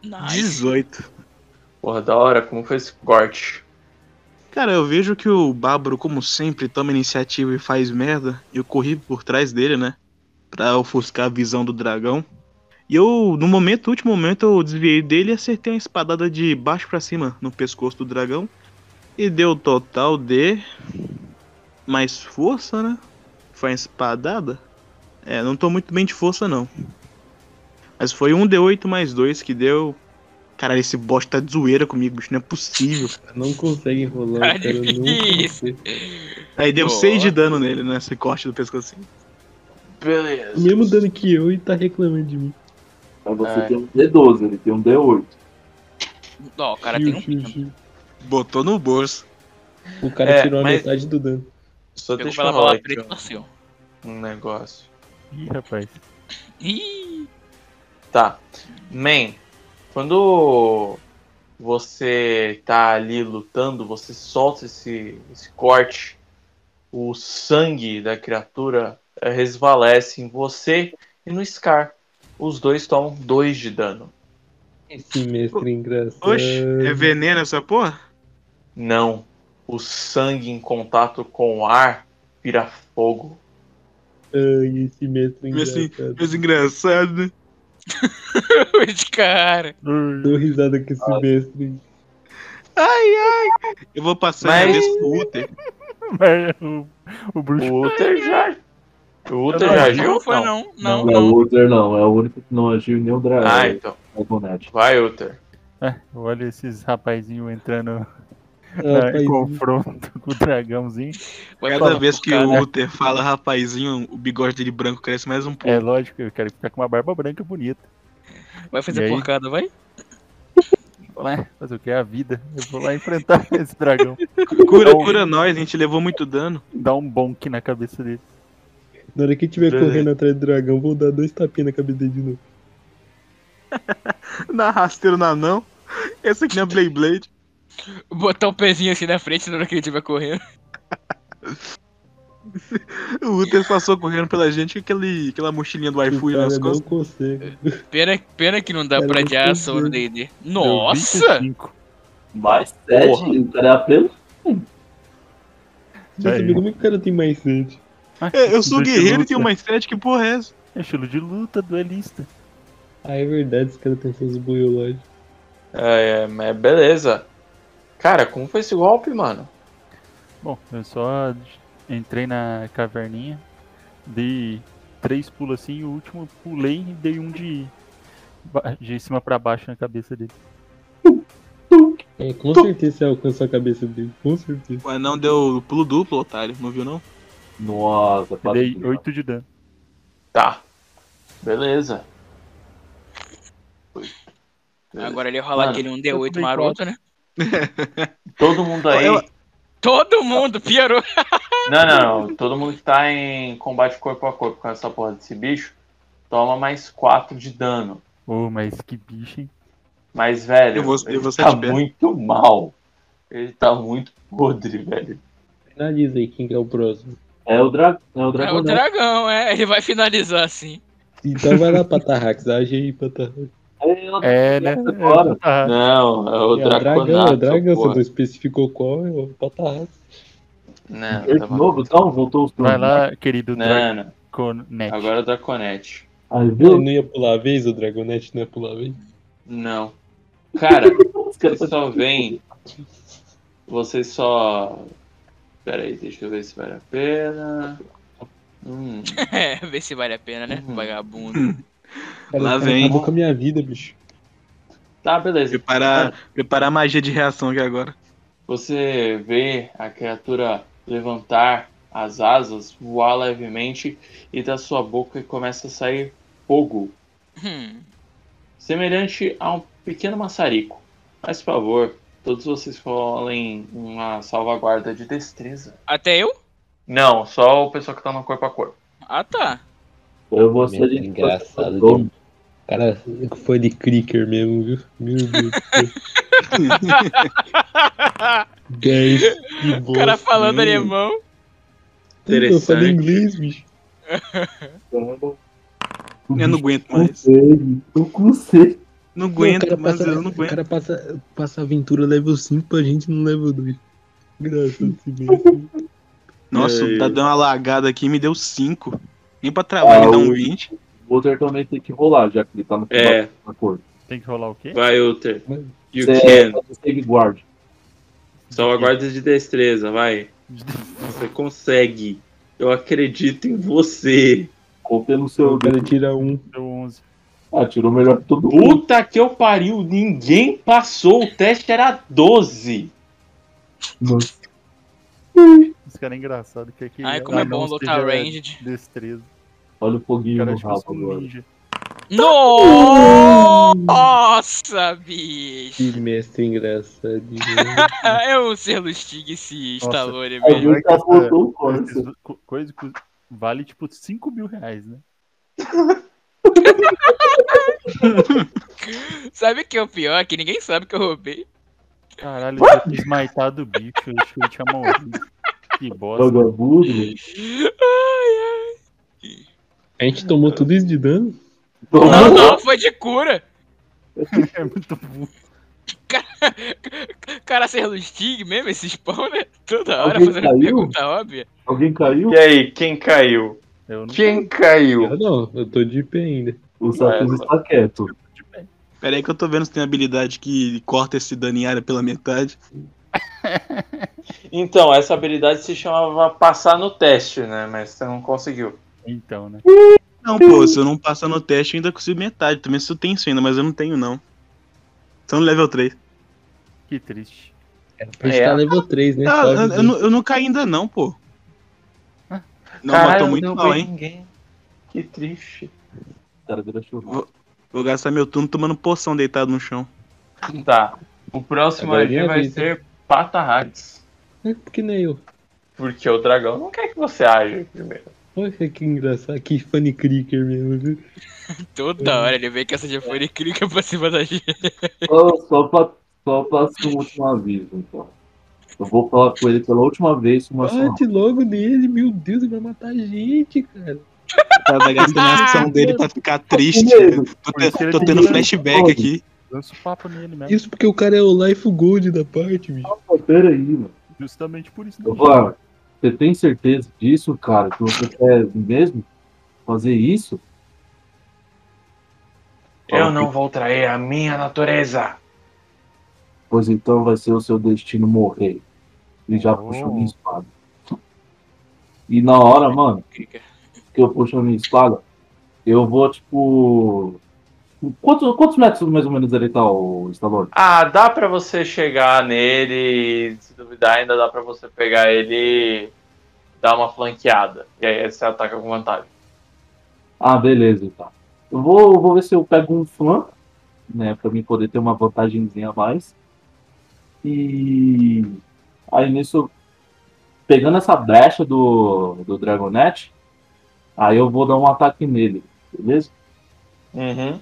Speaker 4: Nice.
Speaker 5: 18.
Speaker 11: Porra, da hora, como foi esse corte?
Speaker 5: Cara, eu vejo que o Bárbaro, como sempre, toma iniciativa e faz merda. Eu corri por trás dele, né? Pra ofuscar a visão do dragão. E eu, no momento, último momento, eu desviei dele e acertei uma espadada de baixo pra cima no pescoço do dragão. E deu total de. Mais força, né? Foi uma espadada? É, não tô muito bem de força, não. Mas foi um D8 mais dois que deu. Caralho, esse bosta tá de zoeira comigo, bicho. Não é possível.
Speaker 10: Não consegue enrolar,
Speaker 4: Tá
Speaker 10: cara. Não
Speaker 4: difícil.
Speaker 10: consegue.
Speaker 5: Aí deu
Speaker 4: Boa.
Speaker 5: 6 de dano nele, nesse corte do assim. pescocinho.
Speaker 11: Beleza.
Speaker 10: Mesmo dano que eu e tá reclamando de mim.
Speaker 9: Mas você
Speaker 11: Ai.
Speaker 9: tem um D12, ele tem um D8.
Speaker 4: Ó, o cara tem um
Speaker 10: Xiu, xiu,
Speaker 4: pino.
Speaker 10: xiu.
Speaker 5: Botou no bolso.
Speaker 10: O cara
Speaker 11: É,
Speaker 10: tirou a
Speaker 11: mas-
Speaker 10: metade do dano.
Speaker 11: Só
Speaker 4: Pegou
Speaker 11: deixa
Speaker 4: pela
Speaker 11: eu rolar
Speaker 4: bola
Speaker 11: aqui,
Speaker 4: preta e
Speaker 11: ó,
Speaker 4: torceu.
Speaker 11: um negócio.
Speaker 2: Ih, rapaz.
Speaker 4: Ih,
Speaker 11: Tá. Man, quando você tá ali lutando, você solta esse, esse corte, o sangue da criatura eh, resvalece em você e no Scar. Os dois tomam dois de dano.
Speaker 10: Esse mestre engraçado.
Speaker 5: Oxe, é veneno essa porra?
Speaker 11: Não. O sangue em contato com o ar vira fogo.
Speaker 10: Ai, esse mestre é
Speaker 5: Mestre-
Speaker 10: engraçado.
Speaker 5: Mas assim, engraçado, né?
Speaker 4: de cara.
Speaker 2: Hum,
Speaker 10: Dou risada com
Speaker 5: Ah.
Speaker 10: esse mestre.
Speaker 5: Eu vou passar
Speaker 11: Mas-
Speaker 5: Mas... cabeça pro Uther.
Speaker 2: Mas o, o bruxo.
Speaker 11: O Uther já. O Uther
Speaker 2: Não,
Speaker 11: já
Speaker 4: Não,
Speaker 11: agiu?
Speaker 4: foi não, não,
Speaker 9: Não, é o
Speaker 4: não.
Speaker 9: Uther, não. É o único que não agiu nem o Dragon.
Speaker 11: Ah, então.
Speaker 9: eh, Dragonete.
Speaker 11: Vai, Uther.
Speaker 2: Ah, olha esses rapazinhos entrando ah, em
Speaker 10: Rapaz,
Speaker 2: confronto com o dragãozinho.
Speaker 4: Vai
Speaker 5: Cada
Speaker 4: falar
Speaker 5: vez
Speaker 4: pro
Speaker 5: que
Speaker 4: cara.
Speaker 5: o Uther fala rapazinho, o bigode dele branco cresce mais um pouco.
Speaker 2: É lógico, eu quero ficar com uma barba branca bonita.
Speaker 4: Vai
Speaker 2: E
Speaker 4: fazer
Speaker 2: aí?
Speaker 4: porcada, vai?
Speaker 2: Vou lá fazer o que? É a vida. Eu vou lá enfrentar esse dragão.
Speaker 5: Cura,
Speaker 2: Então-
Speaker 5: cura nós, a gente levou muito dano.
Speaker 2: Dar um bonk na cabeça dele.
Speaker 10: na hora que tiver
Speaker 11: Beleza.
Speaker 10: correndo atrás do dragão, vou dar dois tapinhas na cabeça dele de novo.
Speaker 5: Na rasteiro na não. Essa aqui não é Beyblade.
Speaker 4: Botar o pezinho assim na frente na hora que ele estiver correndo.
Speaker 5: O Uther passou correndo pela gente com aquele, aquela mochilinha do
Speaker 10: O
Speaker 5: iFood
Speaker 10: cara é
Speaker 5: nas
Speaker 10: não
Speaker 5: costas. É
Speaker 10: consegue.
Speaker 4: Pena, pena que não dá
Speaker 10: Cara,
Speaker 4: pra
Speaker 10: eu
Speaker 4: adiar a
Speaker 10: tô
Speaker 4: ação do
Speaker 10: vendo.
Speaker 4: DD.
Speaker 2: Deu
Speaker 4: Nossa!
Speaker 2: 25.
Speaker 9: Mais 7, o cara é apelo.
Speaker 10: Já
Speaker 2: Aí.
Speaker 10: sabia como é que o cara tem mais sede.
Speaker 2: Ah,
Speaker 5: É, eu sou
Speaker 2: bruxo
Speaker 5: guerreiro e
Speaker 2: luta.
Speaker 5: tenho mais sete, que porra é essa?
Speaker 2: É estilo de luta, duelista.
Speaker 10: Ah, é verdade, esse cara tem seus boiológicos.
Speaker 11: É, é, mas beleza. Cara, como foi esse golpe, mano?
Speaker 2: Bom, eu só entrei na caverninha, Dei três pulos assim, o último eu pulei e dei um de, ba- de cima pra baixo na cabeça dele.
Speaker 10: É, com certeza você alcançou a cabeça dele, com certeza.
Speaker 5: O anão deu pulo duplo, otário. Não viu, não?
Speaker 9: Nossa,
Speaker 2: Eu
Speaker 9: quase
Speaker 2: dei
Speaker 11: assim,
Speaker 9: que-
Speaker 2: 8 de dano.
Speaker 11: Tá. Beleza.
Speaker 4: Agora ele ia rolar
Speaker 11: Mano,
Speaker 4: aquele 1D8
Speaker 2: eu
Speaker 4: maroto, né?
Speaker 11: Todo mundo aí.
Speaker 5: Eu-
Speaker 4: Todo mundo, Piero.
Speaker 11: Não, não, não. Todo mundo que tá em combate corpo a corpo com essa porra desse bicho, toma mais 4 de dano.
Speaker 2: Ô, mas que bicho, hein?
Speaker 11: Mas, velho,
Speaker 5: Eu vou- eu
Speaker 11: ele
Speaker 5: vou sair
Speaker 11: tá
Speaker 5: de perto.
Speaker 11: muito mal. Ele tá muito podre, velho.
Speaker 10: Finaliza aí quem que é o próximo.
Speaker 9: É o, dra... é o
Speaker 4: É o
Speaker 9: dragão. né?
Speaker 4: dragão, é. Ele vai finalizar assim.
Speaker 10: Então vai lá, Patarrax, age aí, Patarrax.
Speaker 9: É, ela-
Speaker 2: É, né?
Speaker 9: Essa agora.
Speaker 2: Ah,
Speaker 11: Não, é o
Speaker 10: É o dragão, é o
Speaker 11: Draconato.
Speaker 10: dragão, você
Speaker 11: porra.
Speaker 10: não especificou qual, é o Patarrax.
Speaker 11: Não,
Speaker 9: ele
Speaker 11: tá
Speaker 9: de
Speaker 11: maluco.
Speaker 9: novo, então, voltou os
Speaker 2: vai lá, querido
Speaker 11: não, não.
Speaker 2: Draconet.
Speaker 11: Né? Agora é o Draconete.
Speaker 9: Aí, viu?
Speaker 10: Ele não ia pular a vez, o Dragonete não ia pular a vez.
Speaker 11: Não. Cara,
Speaker 9: Os caras
Speaker 11: Vocês só vem. Vocês só. Pera aí, deixa eu ver se vale a pena. Hum,
Speaker 4: É, ver se vale a pena, né?
Speaker 11: Uhum.
Speaker 4: Vagabundo.
Speaker 10: Cara,
Speaker 5: Lá
Speaker 10: esse cara
Speaker 5: vem.
Speaker 10: Acabou com a minha vida, bicho.
Speaker 11: tá, beleza.
Speaker 5: Preparar, preparar a magia de reação aqui agora.
Speaker 11: Você vê a criatura levantar as asas, voar levemente e da sua boca começa a sair fogo,
Speaker 4: Hum.
Speaker 11: semelhante a um pequeno maçarico. Mas, por favor, todos vocês falem uma salvaguarda de destreza.
Speaker 4: Até eu?
Speaker 11: Não, só o pessoal que tá no corpo a corpo.
Speaker 4: Ah, tá.
Speaker 9: Eu vou ser
Speaker 10: Meu,
Speaker 9: de-
Speaker 10: é engraçado
Speaker 9: Bom,
Speaker 10: demais. Cara, foi de clicker mesmo, viu? Meu Deus do céu. Guys, que
Speaker 4: O cara
Speaker 10: bosta,
Speaker 4: falando é
Speaker 10: né?
Speaker 4: alemão.
Speaker 10: Eu falei
Speaker 11: Interessante.
Speaker 10: inglês, bicho.
Speaker 9: Eu
Speaker 5: Eu não aguento
Speaker 9: não
Speaker 5: mais.
Speaker 9: sei, não consigo.
Speaker 5: Não
Speaker 10: o cara
Speaker 5: aguento, mas
Speaker 10: passa-
Speaker 5: eu não
Speaker 10: O
Speaker 5: aguento.
Speaker 10: cara passa, passa aventura level 5 pra gente no level 2. Graças a Deus.
Speaker 5: Nossa,
Speaker 10: É.
Speaker 5: tá dando uma lagada aqui, me deu 5. Nem pra travar,
Speaker 9: Ah,
Speaker 5: me dá um
Speaker 9: o-
Speaker 5: 20.
Speaker 9: O Walter também tem que rolar, já que ele tá no final
Speaker 11: É,
Speaker 9: da cor.
Speaker 2: Tem que rolar o quê?
Speaker 11: vai, Uther. You
Speaker 9: Você
Speaker 11: can.
Speaker 9: faz o save guard.
Speaker 11: Salvaguarda de destreza, vai. Você consegue. Eu acredito em você.
Speaker 9: Confia no seu.
Speaker 10: O cara tira um.
Speaker 2: Deu 11.
Speaker 9: Ah, tirou melhor que todo mundo.
Speaker 11: Puta que eu pariu, ninguém passou. O teste era 12.
Speaker 9: Nossa.
Speaker 2: Esse cara é engraçado. Que aqui
Speaker 4: Ai, como é bom lutar ranged.
Speaker 2: Destreza.
Speaker 9: Olha o
Speaker 2: O
Speaker 9: foguinho
Speaker 2: cara
Speaker 9: no
Speaker 2: é tipo
Speaker 9: rabo
Speaker 2: um
Speaker 9: agora.
Speaker 2: ninja.
Speaker 4: Nossa, bicho.
Speaker 10: Que mestre engraçadinho.
Speaker 4: É o Selo Stig se né,
Speaker 2: Nossa.
Speaker 4: Stallone,
Speaker 9: Aí
Speaker 4: velho.
Speaker 2: Melhor
Speaker 9: ele
Speaker 2: que
Speaker 9: tá
Speaker 2: essa-
Speaker 9: botou o
Speaker 2: Esses
Speaker 9: Corsa.
Speaker 2: co- Coisa que vale tipo 5 mil reais, né?
Speaker 4: Sabe o que é o pior? Que ninguém sabe que eu roubei.
Speaker 2: Caralho, eu tinha esmaitado o bicho, eu acho que ele tinha morrido. Que bosta.
Speaker 9: Vagabundo.
Speaker 10: A gente tomou tudo isso de dano?
Speaker 4: Não,
Speaker 9: Toma.
Speaker 4: não, foi de cura.
Speaker 2: É muito burro.
Speaker 4: Cara, Selo Stig mesmo, esse spawn, né? Toda hora
Speaker 9: Alguém
Speaker 4: fazendo
Speaker 9: caiu?
Speaker 4: pergunta óbvia.
Speaker 9: Alguém caiu?
Speaker 11: E aí, quem caiu?
Speaker 2: Eu não
Speaker 11: Quem caiu?
Speaker 10: Eu Ah, não, eu tô de pé ainda.
Speaker 9: O Satus está quieto.
Speaker 5: Pera aí que eu tô vendo se tem habilidade que corta esse dano em área pela metade.
Speaker 11: Então, essa habilidade se chamava passar no teste, né? Mas você não conseguiu.
Speaker 2: então, né?
Speaker 5: Não, pô, se eu não passar no teste, eu ainda consigo metade. Também se eu tenho isso ainda, mas eu não tenho, não. Então level 3.
Speaker 2: Que triste.
Speaker 10: A gente
Speaker 11: É.
Speaker 10: tá level 3, né?
Speaker 5: Ah,
Speaker 10: Suave,
Speaker 5: eu, eu
Speaker 10: né?
Speaker 5: não- eu não caí ainda, não, pô. Não, mas
Speaker 11: Ah. Caralho,
Speaker 5: tô muito
Speaker 11: não
Speaker 5: mal,
Speaker 11: veio
Speaker 5: hein?
Speaker 11: ninguém. Que triste.
Speaker 9: O cara vira churrasco.
Speaker 5: Vou gastar meu turno tomando poção deitado no chão.
Speaker 11: Tá. O próximo
Speaker 10: Agora
Speaker 11: aqui
Speaker 10: minha
Speaker 11: vai
Speaker 10: vez.
Speaker 11: ser Patarrax.
Speaker 10: É porque nem eu.
Speaker 11: Porque o dragão não quer que você age primeiro.
Speaker 10: Olha que engraçado, que funny cricker mesmo, viu?
Speaker 4: Toda hora ele vem com essa de fone e clica pra cima da gente.
Speaker 9: Só, só, pra, só pra ser um último aviso, então. Eu vou falar com ele pela última vez uma só.
Speaker 10: Bate logo nele, meu Deus, ele vai matar a gente, cara.
Speaker 5: O cara tá gastando a ação dele pra ficar triste.
Speaker 9: Primeiro,
Speaker 5: Tô,
Speaker 2: Por isso que
Speaker 5: te-
Speaker 2: ele
Speaker 5: tô
Speaker 2: tem
Speaker 5: tendo
Speaker 2: medo.
Speaker 5: flashback aqui.
Speaker 2: Lança o papo nele mesmo.
Speaker 10: Isso porque o cara é o life gold da parte, bicho.
Speaker 9: calma, peraí, mano.
Speaker 2: Justamente por isso. né?
Speaker 9: Eu vou falar, você tem certeza disso, cara? Que você quer mesmo fazer isso?
Speaker 11: Eu
Speaker 9: Ah,
Speaker 11: não vou trair a minha natureza.
Speaker 9: Pois então vai ser o seu destino morrer. E já
Speaker 2: Oh.
Speaker 9: puxou minha espada. E na hora, mano, que é? eu puxo a minha espada, eu vou, tipo. Quantos, quantos metros mais ou menos ele tá, o Stallone?
Speaker 11: Ah, dá pra você chegar nele, e, se duvidar, ainda dá pra você pegar ele, dar uma flanqueada. E aí você ataca com vantagem.
Speaker 9: Ah, beleza, tá. Eu vou, eu vou ver se eu pego um flanco, né? Pra mim poder ter uma vantagemzinha a mais. E aí nisso, pegando essa brecha do, do Dragonette, aí eu vou dar um ataque nele, beleza?
Speaker 11: Uhum.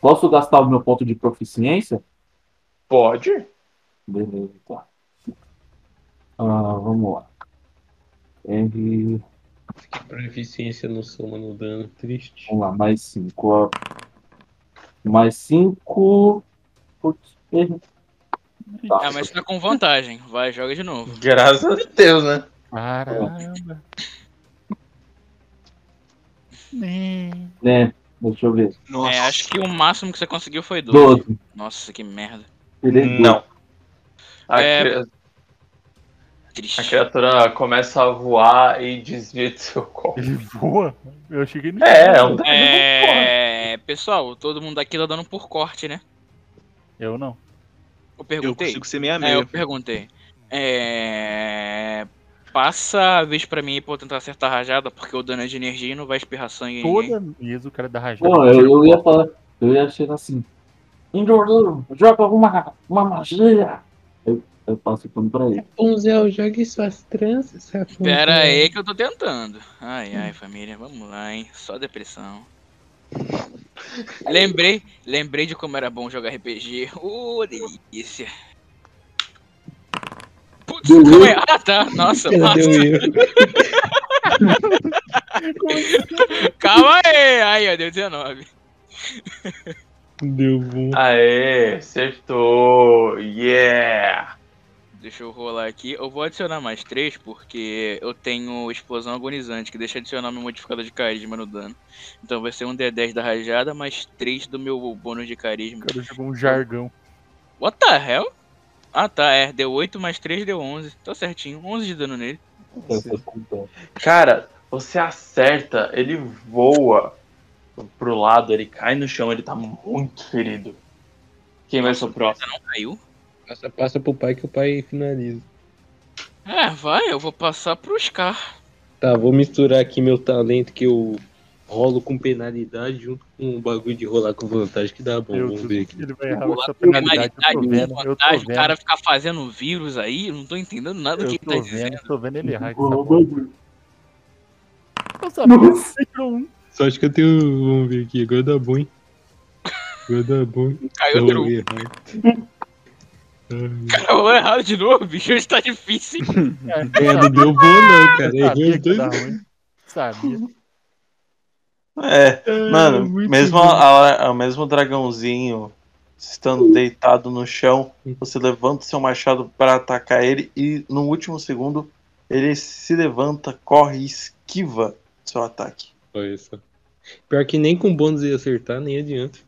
Speaker 9: Posso gastar o meu ponto de proficiência?
Speaker 11: Pode?
Speaker 9: Beleza, tá. Ah, vamos lá. Ele-
Speaker 10: Proficiência no soma no dano, triste.
Speaker 9: Vamos lá, mais 5. Mais 5. Putz, errei. Tá.
Speaker 4: Ah, mas tá com vantagem. Vai, joga de novo.
Speaker 5: Graças a Deus, né?
Speaker 2: Caramba. Nem.
Speaker 9: Né, deixa eu ver.
Speaker 5: Nossa.
Speaker 4: É, acho que o máximo que você conseguiu foi 12.
Speaker 9: 12.
Speaker 4: Nossa, que merda. Hum.
Speaker 9: Tirei
Speaker 11: Não. A,
Speaker 4: É.
Speaker 11: cria-
Speaker 4: Triste.
Speaker 11: a criatura começa a voar e desvia de seu corpo.
Speaker 2: Ele voa? Eu cheguei no.
Speaker 11: É, é um
Speaker 4: É, pessoal, todo mundo aqui tá dando por corte, né?
Speaker 2: Eu não.
Speaker 4: Eu
Speaker 5: Eu
Speaker 4: perguntei.
Speaker 5: consigo ser meia
Speaker 4: É, eu
Speaker 5: meia.
Speaker 4: perguntei. É... Passa a vez pra mim pra eu tentar acertar a rajada, porque o dano é de energia e não vai espirrar sangue em ninguém.
Speaker 2: Toda vez o cara da rajada.
Speaker 9: Pô, eu, eu ia falar, eu ia chegar assim. Indorduro, joga uma, uma magia. Eu, eu passo o pano pra ele.
Speaker 3: Punzel, jogue suas tranças, Rapunzel.
Speaker 4: Pera aí que eu tô tentando. Ai, ai, família, vamos lá, hein? Só depressão. Lembrei, lembrei de como era bom jogar RPG. Ô, delícia. Putz,
Speaker 9: Deu
Speaker 4: calma aí.
Speaker 9: erro.
Speaker 4: Ah, tá. Nossa,
Speaker 3: Ela
Speaker 4: massa.
Speaker 3: deu erro.
Speaker 4: calma aí. Aí, ó, deu 19.
Speaker 10: Deu bom.
Speaker 11: Aê, acertou! Yeah!
Speaker 4: Deixa eu rolar aqui. Eu vou adicionar mais 3, porque eu tenho explosão agonizante, que deixa eu adicionar meu modificador de carisma no dano. Então vai ser um D10 da rajada, mais 3 do meu bônus de carisma.
Speaker 2: O cara jogou um jargão.
Speaker 4: What the hell? Ah tá, é. Deu 8 mais 3 deu 11. Tá certinho. 11 de dano nele.
Speaker 11: Cara, você acerta, ele voa pro lado, ele cai no chão, ele tá muito ferido. Quem vai ser o próximo?
Speaker 4: Caiu.
Speaker 10: Passa, passa pro pai que o pai finaliza.
Speaker 4: É, vai. Eu vou passar pro Scar.
Speaker 10: Tá, vou misturar aqui meu talento que eu rolo com penalidade junto com o bagulho de rolar com vantagem que dá bom.
Speaker 2: Meu
Speaker 10: Vamos
Speaker 2: Deus,
Speaker 10: ver aqui.
Speaker 2: ele vai errar essa
Speaker 4: Penalidade,
Speaker 2: penalidade. Eu tô Tá vendo, eu tô
Speaker 4: vantagem. O
Speaker 2: vendo.
Speaker 4: cara ficar fazendo vírus aí. Eu não tô entendendo nada do que ele
Speaker 2: Eu
Speaker 4: tá
Speaker 2: tô
Speaker 4: dizendo.
Speaker 2: vendo, tô vendo ele errar. essa bola.
Speaker 9: Nossa,
Speaker 2: Eu sabia que você tirou um.
Speaker 10: Só acho que eu tenho. Vamos ver aqui. Agora dá bom, hein? Agora dá bom. hein?
Speaker 4: Caiu
Speaker 10: Não,
Speaker 4: outro.
Speaker 10: eu errado. Ah,
Speaker 4: Cara, rolou errado de novo, bicho. Hoje tá difícil. hein?
Speaker 10: É, não deu bom, não, cara. Errei
Speaker 2: Sabia
Speaker 10: os
Speaker 2: que ia
Speaker 10: dois.
Speaker 2: dar ruim. Sabia.
Speaker 5: É, mano,
Speaker 10: muito
Speaker 5: mesmo,
Speaker 10: bom.
Speaker 5: a, a- mesmo o dragãozinho estando deitado no chão, você levanta seu machado pra atacar ele e no último segundo ele se levanta, corre e esquiva seu ataque.
Speaker 10: Olha só. Pior que nem com bônus ia acertar, nem adianta.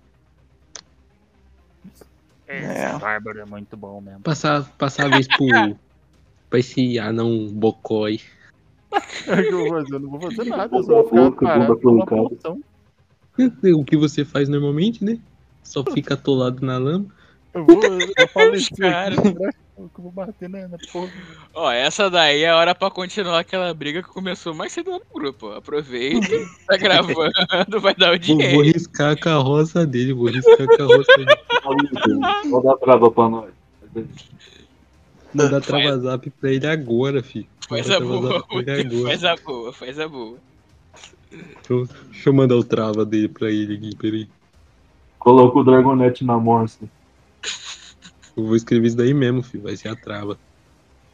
Speaker 2: Esse bárbaro é muito bom mesmo.
Speaker 10: Passar, passar a vez pro. pra esse anão bocói.
Speaker 2: É que eu, vou fazer, eu não vou fazer nada, eu só
Speaker 9: Eu
Speaker 2: vou ficar
Speaker 9: vou
Speaker 2: parado
Speaker 9: colocar um
Speaker 2: com
Speaker 9: cara.
Speaker 2: uma poção.
Speaker 10: O que você faz normalmente, né? Só
Speaker 4: Hum.
Speaker 10: fica atolado na lama.
Speaker 2: Eu vou, eu vou falecer
Speaker 4: Cara.
Speaker 2: aqui, será que eu vou bater na, na porra.
Speaker 4: Ó, essa daí é a hora pra continuar aquela briga que começou mais cedo lá no grupo. Aproveita. Tá gravando, vai dar o
Speaker 10: Vou, vou
Speaker 4: dinheiro.
Speaker 10: riscar a carroça dele, vou riscar a carroça dele.
Speaker 9: Vou dar trava pra nós.
Speaker 10: Mandar travazap pra ele agora, filho.
Speaker 4: Faz
Speaker 10: Mandar
Speaker 4: a boa,
Speaker 10: travazap pra ele agora.
Speaker 4: faz a boa, faz a boa.
Speaker 10: Deixa eu mandar o trava dele pra ele aqui, peraí.
Speaker 9: Coloca o Dragonette na morsa.
Speaker 10: Eu vou escrever isso daí mesmo, filho. Vai ser a trava.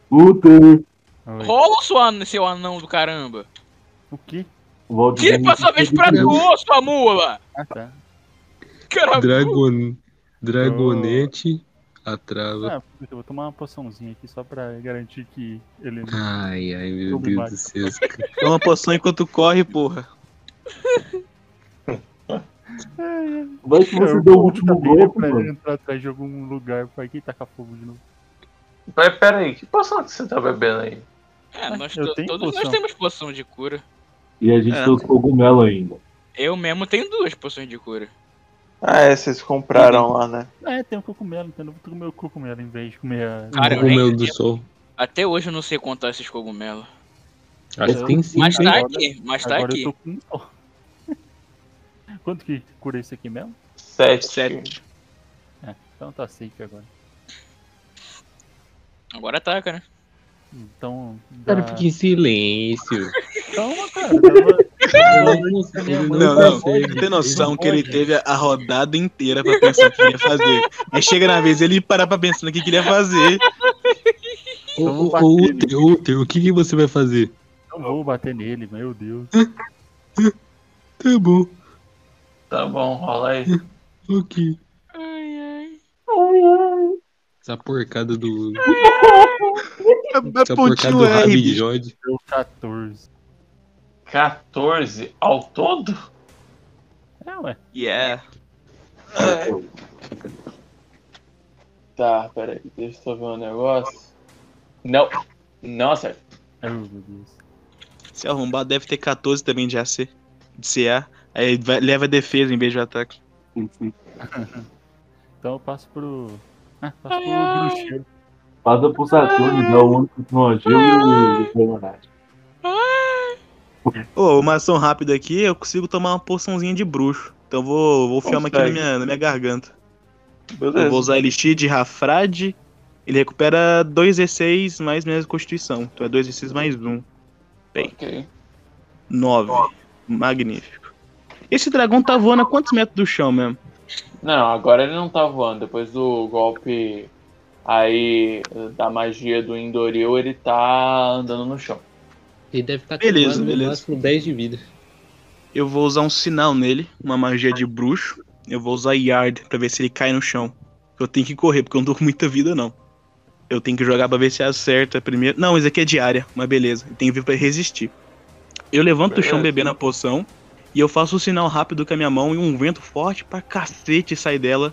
Speaker 9: Puta!
Speaker 4: Rola o seu an- seu anão do caramba.
Speaker 2: O quê?
Speaker 9: Volte
Speaker 4: Tire pra sua vez pra tu, sua mula!
Speaker 2: Ah, tá.
Speaker 4: Cara,
Speaker 10: Dragon... Dragonete, a trava.
Speaker 2: Ah, puta, eu vou tomar uma poçãozinha aqui só pra garantir que ele não
Speaker 10: Ai, ai,
Speaker 2: Eu
Speaker 10: meu
Speaker 2: me
Speaker 10: Deus
Speaker 2: mato.
Speaker 10: do céu.
Speaker 5: É uma poção enquanto corre, porra.
Speaker 9: Vai que
Speaker 2: É, Eu
Speaker 9: você deu o
Speaker 2: vou
Speaker 9: último
Speaker 2: também, né,
Speaker 9: golpe,
Speaker 2: pra
Speaker 9: mano.
Speaker 2: ele entrar atrás de algum lugar pra quem tacar fogo de novo.
Speaker 11: Pera, pera aí, que poção que você tá bebendo aí?
Speaker 4: é, nós
Speaker 2: Eu
Speaker 4: to-
Speaker 2: tenho
Speaker 4: todos nós
Speaker 2: poção.
Speaker 4: temos poção de cura.
Speaker 9: E a gente
Speaker 5: É.
Speaker 9: tem os cogumelo ainda.
Speaker 4: Eu mesmo tenho duas poções de cura.
Speaker 11: Ah, é, vocês compraram lá, né?
Speaker 2: É, tem um cogumelo, entendeu? Vou comer o cogumelo em vez de comer a...
Speaker 4: Cara, eu nem-
Speaker 10: Um Cogumelo do sol.
Speaker 4: Até hoje eu não sei contar esses cogumelos.
Speaker 10: Acho que tem sim,
Speaker 4: Mas
Speaker 10: hein?
Speaker 4: tá
Speaker 2: agora-
Speaker 4: aqui, mas tá
Speaker 2: Agora
Speaker 4: aqui.
Speaker 2: eu tô com... um Quanto que cura isso aqui mesmo?
Speaker 11: Sete.
Speaker 5: Sete.
Speaker 2: Então tá safe agora.
Speaker 4: Agora tá, cara.
Speaker 2: Então...
Speaker 10: O cara
Speaker 2: dá-
Speaker 10: fica em silêncio.
Speaker 2: Calma, cara. Tava...
Speaker 10: Nossa, ele tá
Speaker 5: Não, não.
Speaker 10: consegue.
Speaker 5: Tem noção
Speaker 2: Não
Speaker 5: que ele
Speaker 2: pode.
Speaker 5: teve a rodada inteira pra pensar o que ele ia fazer. Aí chega na vez ele parar pra pensar no que que ele ia fazer.
Speaker 10: Ô, ô, ô, Uther, Uther, o que, que você vai fazer?
Speaker 2: Não vou bater nele, meu Deus.
Speaker 10: Tá bom,
Speaker 11: Tá bom, rola aí.
Speaker 10: ok.
Speaker 4: Ai, ai.
Speaker 10: Essa porcada do.
Speaker 5: É, é
Speaker 10: Essa porcada do
Speaker 5: pontinho R, bicho.
Speaker 10: Rabijode.
Speaker 2: Deu 14.
Speaker 11: 14 ao todo?
Speaker 2: É, ué.
Speaker 5: Yeah.
Speaker 11: Tá, peraí, deixa eu só ver um negócio. Não, não acerta.
Speaker 2: Ai, meu Deus.
Speaker 5: Se arrombar, deve ter 14 também de AC. De CA. Aí vai- leva a defesa em vez de ataque.
Speaker 2: Então eu passo pro... Ah, passo pro
Speaker 4: ai.
Speaker 2: bruxeiro.
Speaker 9: Passa pro Saturno, é o único que não agiu e o Fernandes.
Speaker 5: Ô, uma ação rápida aqui, eu consigo tomar uma poçãozinha de bruxo. Então eu vou, vou filmar aqui na
Speaker 11: Consegue.
Speaker 5: minha, na minha garganta. Eu vou
Speaker 11: Beleza.
Speaker 5: usar Elixir de Rafrade. Ele recupera 2d6 mais minha constituição. Então é 2d6 mais 1.
Speaker 11: Ok.
Speaker 5: 9. Magnífico. Esse dragão tá voando a quantos metros do chão mesmo?
Speaker 11: Não, agora ele não tá voando. Depois do golpe aí da magia do Indoril, ele tá andando no chão.
Speaker 10: Ele deve estar
Speaker 5: Beleza, beleza.
Speaker 10: no máximo 10 de vida.
Speaker 5: Eu vou usar um sinal nele, uma magia de bruxo. Eu vou usar Yard pra ver se ele cai no chão. Eu tenho que correr, porque eu não tô com muita vida, não. Eu tenho que jogar pra ver se acerta primeiro. Não, isso aqui é diária, mas beleza. Eu tenho vida pra resistir. Eu levanto o chão
Speaker 11: Beleza.
Speaker 5: bebendo a poção. E eu faço um sinal rápido com a minha mão e um vento forte pra cacete sai dela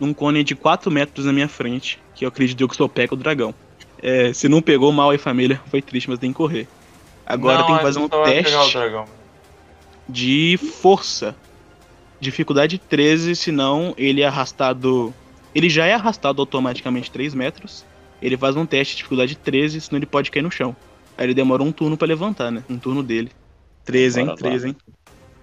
Speaker 5: num cone de 4 metros na minha frente, que eu acredito que sou Peca o dragão. É, se não pegou mal aí, família, foi triste, mas tem que correr. Agora
Speaker 11: Não, é
Speaker 5: tem
Speaker 11: a
Speaker 5: que fazer um
Speaker 11: gente só vai pegar
Speaker 5: teste
Speaker 11: O dragão.
Speaker 5: de força. Dificuldade 13, senão ele é arrastado. Ele já é arrastado automaticamente 3 metros. Ele faz um teste de dificuldade 13, senão ele pode cair no chão. Aí ele demora um turno pra levantar, né? Um turno dele. 13, hein?
Speaker 11: Bora lá.
Speaker 5: 13, hein?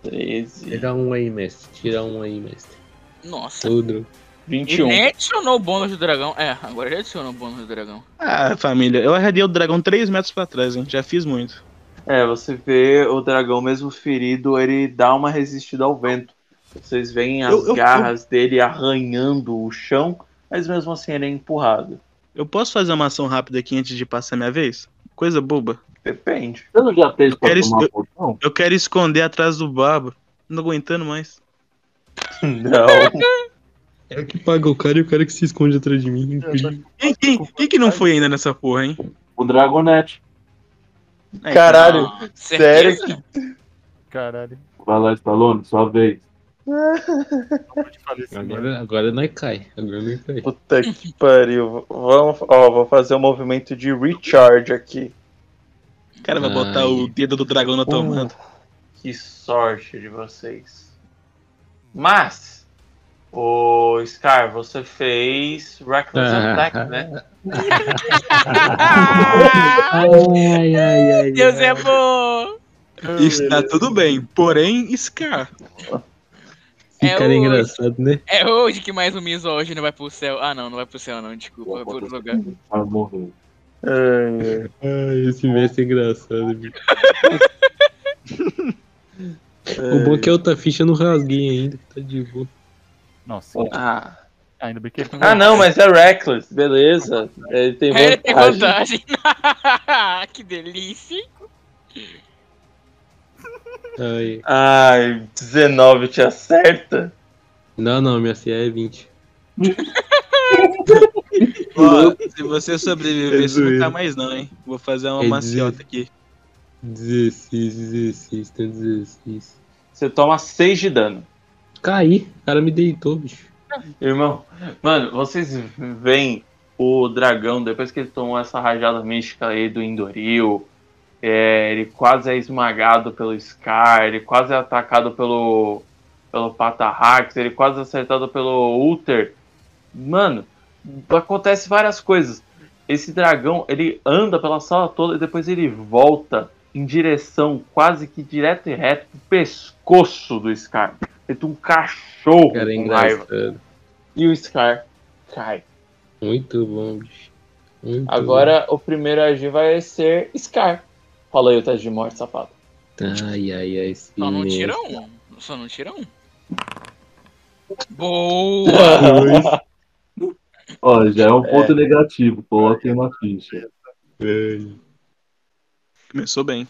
Speaker 11: 13,
Speaker 10: Tira um aí, mestre. Tira um aí, mestre.
Speaker 4: Nossa.
Speaker 10: Outro.
Speaker 4: Ele
Speaker 11: 21.
Speaker 4: nem adicionou o bônus do dragão. É, agora ele adicionou o bônus do dragão.
Speaker 5: Ah, família, eu arredei o dragão 3 metros pra trás, hein? Já fiz muito.
Speaker 11: É, você vê o dragão mesmo ferido, ele dá uma resistida ao vento. Vocês veem as
Speaker 5: Eu- eu-
Speaker 11: garras dele arranhando o chão, mas mesmo assim ele é empurrado.
Speaker 5: Eu posso fazer uma ação rápida aqui antes de passar minha vez? Coisa boba.
Speaker 11: Depende.
Speaker 9: Você não já fez pra
Speaker 5: quero
Speaker 9: tomar
Speaker 5: isso-
Speaker 9: poção?
Speaker 5: Eu quero esconder atrás do baba. Não aguentando mais.
Speaker 11: Não.
Speaker 10: É o que paga o cara e o cara é que se esconde atrás de mim. Incrível.
Speaker 5: Quem, quem- quem que não foi ainda nessa porra, hein?
Speaker 9: O Dragonete.
Speaker 5: É,
Speaker 11: Caralho,
Speaker 4: Ah,
Speaker 11: sério
Speaker 4: certeza?
Speaker 2: Caralho.
Speaker 9: Vai lá, Stallone, sua vez.
Speaker 2: Como eu te falei, esse merda.
Speaker 10: Agora, agora não é cai. Agora não é cai.
Speaker 11: Puta que pariu. Vamos, ó, vou fazer um movimento de recharge aqui.
Speaker 5: O cara vai botar
Speaker 10: Ai.
Speaker 5: o dedo do dragão na tua mão.
Speaker 11: Que sorte de vocês. Mas, o Scar, você fez Reckless
Speaker 10: Ah.
Speaker 11: Attack, né?
Speaker 10: Ai, ai, ai, ai.
Speaker 4: Ah! Deus é bom!
Speaker 5: Está tudo bem, porém, Scar.
Speaker 10: Esse
Speaker 4: É
Speaker 10: cara é
Speaker 4: o-
Speaker 10: engraçado, né?
Speaker 4: É hoje que mais um misógino vai pro céu. Ah, não, não vai pro céu, não, desculpa. Vai pro outro lugar.
Speaker 9: Vai morrer.
Speaker 10: Ai, esse mestre é engraçado. bicho. O bom é que a outra ficha eu não rasguei ainda. Tá de boa.
Speaker 2: Nossa,
Speaker 11: Ah.
Speaker 2: ainda bem que é
Speaker 11: ah, não, mas é Reckless, beleza. Ele tem
Speaker 4: É, ele tem
Speaker 11: vantagem.
Speaker 4: vantagem. que delícia.
Speaker 10: Ai.
Speaker 11: Ai, 19 te acerta?
Speaker 10: Não, não, minha CA é 20.
Speaker 5: Ó, se você sobreviver,
Speaker 10: É
Speaker 5: você não
Speaker 10: zoeira.
Speaker 5: tá mais não, hein? Vou fazer uma
Speaker 10: É
Speaker 5: maciota aqui.
Speaker 10: 16, 16, tem 16.
Speaker 11: Você toma 6 de dano.
Speaker 10: Caí, o cara me deitou, bicho.
Speaker 11: Irmão, mano, vocês veem o dragão, depois que ele tomou essa rajada mística aí do Indoril, É, ele quase é esmagado pelo Scar, ele quase é atacado pelo, pelo Patarrax, ele quase é acertado pelo Ulter. Mano, acontece várias coisas. Esse dragão, ele anda pela sala toda e depois ele volta em direção quase que direto e reto pro pescoço do Scar. Feito um cachorro
Speaker 10: Cara, é
Speaker 11: com raiva.
Speaker 10: engraçado.
Speaker 11: E o Scar cai.
Speaker 10: Muito bom, bicho. Muito
Speaker 11: Agora o primeiro a agir vai ser Scar. Fala aí o teste de morte, sapato.
Speaker 10: bom. Ai, ai, ai. esse
Speaker 4: Só não
Speaker 10: menino.
Speaker 4: tira um. Só não tira um. Boa!
Speaker 9: Ó, já é um ponto negativo, coloquem uma ficha.
Speaker 5: Começou bem.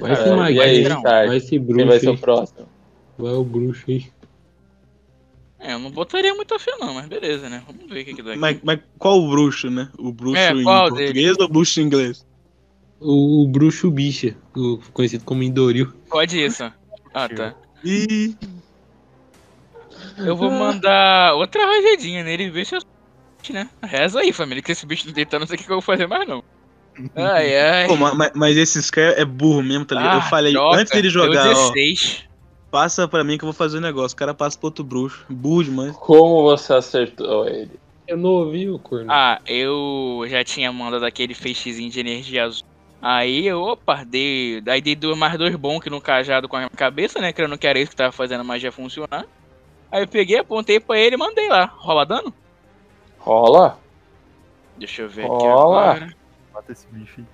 Speaker 10: Vai se
Speaker 11: É, e aí,
Speaker 10: magia.
Speaker 11: Scar?
Speaker 10: Vai se bruxo.
Speaker 11: Quem vai ser o
Speaker 10: hein?
Speaker 11: próximo?
Speaker 10: Vai o bruxo aí.
Speaker 4: É, eu não botaria muita fé não, mas beleza, né? Vamos ver o que, que dá aqui.
Speaker 5: Mas, mas qual o bruxo, né? O bruxo
Speaker 4: É,
Speaker 5: em
Speaker 4: qual
Speaker 5: português ou o bruxo em inglês?
Speaker 10: O, o bruxo bicha, o conhecido como Indoril.
Speaker 4: Pode isso. Ah, tá.
Speaker 5: Ih,
Speaker 4: Eu vou
Speaker 10: Ah.
Speaker 5: Ah.
Speaker 4: mandar outra rajadinha nele e ver se eu... Né? Reza aí, família, que esse bicho não deitar, não sei o que que eu vou fazer mais não. Ai, ai.
Speaker 5: pô, ma- ma- mas, esse Scar é burro mesmo, tá ligado?
Speaker 4: É. Ah,
Speaker 5: eu falei,
Speaker 4: droga,
Speaker 5: antes dele
Speaker 4: deu
Speaker 5: jogar, ó,
Speaker 4: 16.
Speaker 5: passa pra mim que eu vou fazer o negócio. O cara passa pro outro bruxo. Burro demais.
Speaker 11: Como você acertou ele?
Speaker 10: Eu não ouvi o corno.
Speaker 4: Ah, eu já tinha mandado aquele feixezinho de energia azul. Aí eu, opa, dei. Aí dei dois, mais dois bons que no cajado com a minha cabeça, né? Que eu não quero isso que tava fazendo a magia funcionar. Aí eu peguei, apontei pra ele e mandei lá. Rola dano?
Speaker 11: Rola?
Speaker 4: Deixa eu ver aqui
Speaker 11: Rola.
Speaker 4: agora.
Speaker 2: Mata esse bicho aí.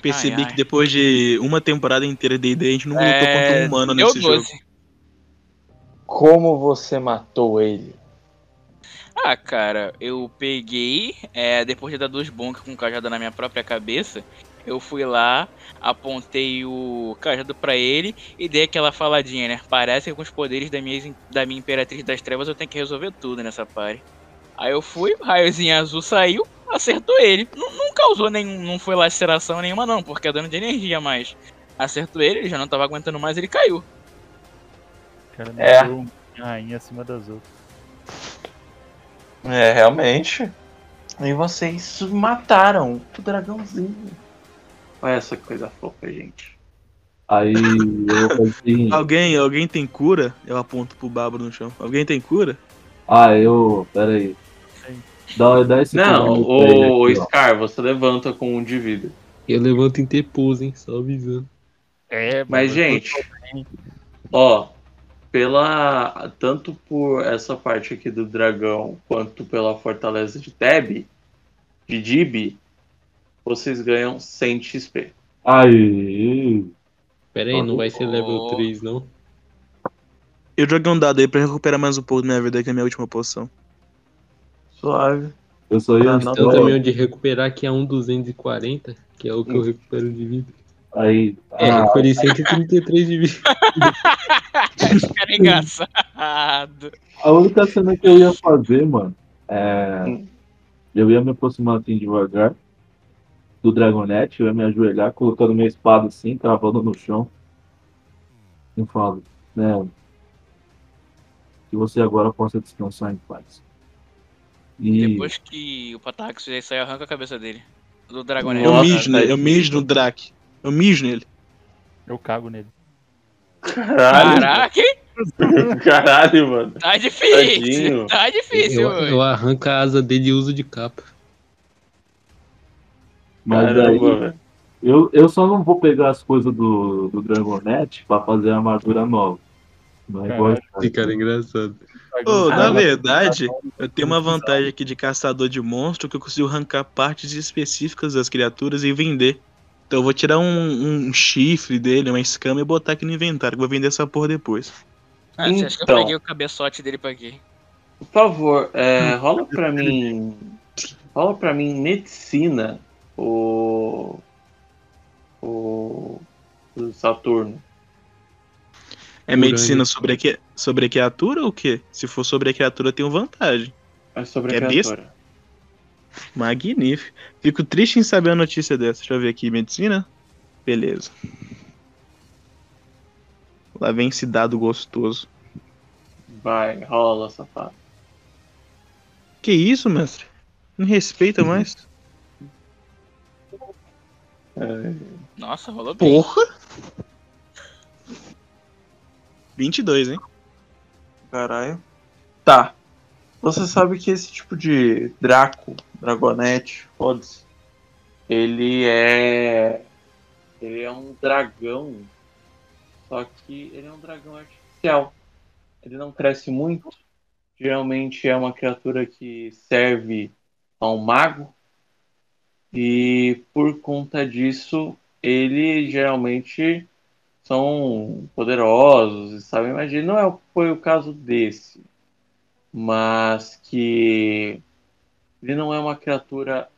Speaker 5: Percebi
Speaker 4: Ai, ai.
Speaker 5: que depois de uma temporada inteira de D&D, a gente não lutou
Speaker 4: É,
Speaker 5: contra um humano
Speaker 4: Deu
Speaker 5: nesse jogo.
Speaker 4: 12.
Speaker 11: Como você matou ele?
Speaker 4: Ah, cara, eu peguei, é, depois de dar dois boncos com o cajado na minha própria cabeça, eu fui lá, apontei o cajado pra ele e dei aquela faladinha, né? Parece que com os poderes da minha, da minha Imperatriz das Trevas eu tenho que resolver tudo nessa party. Aí eu fui, o raiozinho azul saiu, acertou ele. Não, não causou nenhum, não foi laceração nenhuma não, porque é dano de energia, mas acertou ele, ele já não tava aguentando mais, ele caiu.
Speaker 2: O cara
Speaker 11: É.
Speaker 2: meteu uma rainha acima das outras.
Speaker 11: É, realmente. E vocês mataram o dragãozinho. Olha essa coisa fofa, gente.
Speaker 9: Aí eu falei assim,
Speaker 5: Alguém, alguém tem cura? Eu aponto pro Bárbaro no chão. Alguém tem cura?
Speaker 9: ah, eu, peraí. Dá, dá esse
Speaker 11: Não,
Speaker 9: comando pra ele
Speaker 11: o,
Speaker 9: aqui, ó.
Speaker 11: Scar, você levanta com um de vida.
Speaker 10: Eu levanto em T-pose, hein? Só avisando.
Speaker 2: É,
Speaker 11: Mas, gente, ó, pela. Tanto por essa parte aqui do dragão, quanto pela fortaleza de Teb, de Dib, vocês ganham 100 XP.
Speaker 9: Aí,
Speaker 10: Pera aí, não vai ser level 3, não.
Speaker 5: Eu joguei um dado aí pra recuperar mais um pouco da minha vida, que é a minha última poção.
Speaker 11: Suave.
Speaker 9: eu só ia...
Speaker 5: Ah, não,
Speaker 10: Então
Speaker 5: Boa.
Speaker 10: também onde recuperar que é um 240, que é o que eu recupero de vida.
Speaker 9: Aí,
Speaker 10: É,
Speaker 9: ah,
Speaker 10: recuperei 133 de vida.
Speaker 4: Esse cara é engraçado.
Speaker 9: A única cena que eu ia fazer, mano, é.
Speaker 11: Hum.
Speaker 9: Eu ia me aproximar assim devagar do Dragonete, eu ia me ajoelhar, colocando minha espada assim, cravando no chão. E falo, né? Que você agora possa descansar em paz. E
Speaker 4: Depois que o Patarrax fizer isso aí, arranca a cabeça dele. Do né? Dragonete.
Speaker 5: eu
Speaker 11: Nossa,
Speaker 5: mijo,
Speaker 11: tá
Speaker 5: nele, eu mijo no Drac. Eu mijo nele.
Speaker 2: Eu cago nele.
Speaker 11: Caralho,
Speaker 4: Caraca, hein?
Speaker 11: caralho, mano.
Speaker 4: tá difícil.
Speaker 11: Tadinho.
Speaker 4: Tá difícil,
Speaker 10: Eu,
Speaker 4: hoje.
Speaker 10: eu arranco a asa dele e uso de capa.
Speaker 9: mas aí,
Speaker 11: Caramba, velho.
Speaker 9: eu, eu só não vou pegar as coisas do, do Dragonete pra fazer a armadura nova. Mas
Speaker 2: Caralho.
Speaker 9: gosto.
Speaker 10: Esse cara é engraçado.
Speaker 5: Ô, na
Speaker 9: Ah,
Speaker 2: tá
Speaker 5: verdade, eu tenho uma vantagem aqui de caçador de monstro que eu consigo arrancar partes específicas das criaturas e vender. Então eu vou tirar um, um chifre dele, uma escama e botar aqui no inventário, que eu vou vender essa porra depois.
Speaker 4: Ah, você acha que eu
Speaker 11: Então.
Speaker 4: peguei o cabeçote dele pra quê?
Speaker 11: Por favor, é, rola pra mim. Rola pra mim medicina, o. O. o Saturno.
Speaker 5: É medicina sobre a, que- sobre a criatura ou o quê? Se for sobre a criatura, eu tenho vantagem.
Speaker 11: É sobre
Speaker 5: É
Speaker 11: a
Speaker 5: besta?
Speaker 11: criatura.
Speaker 5: Magnífico. Fico triste em saber a notícia dessa. Deixa eu ver aqui, medicina. Beleza. Lá vem esse dado gostoso.
Speaker 11: Vai, rola, safado.
Speaker 5: Que isso, mestre? Não respeita mais.
Speaker 4: Nossa, rolou bem.
Speaker 5: Porra! 22, hein?
Speaker 11: Caralho. Tá. Você sabe que esse tipo de Draco, Dragonete, foda-se. Ele é. Ele é um dragão. Só que ele é um dragão artificial. Ele não cresce muito. Geralmente é uma criatura que serve a um mago. E por conta disso, ele geralmente são poderosos e sabem magia. Não é, o- foi o caso desse, mas que ele não é uma criatura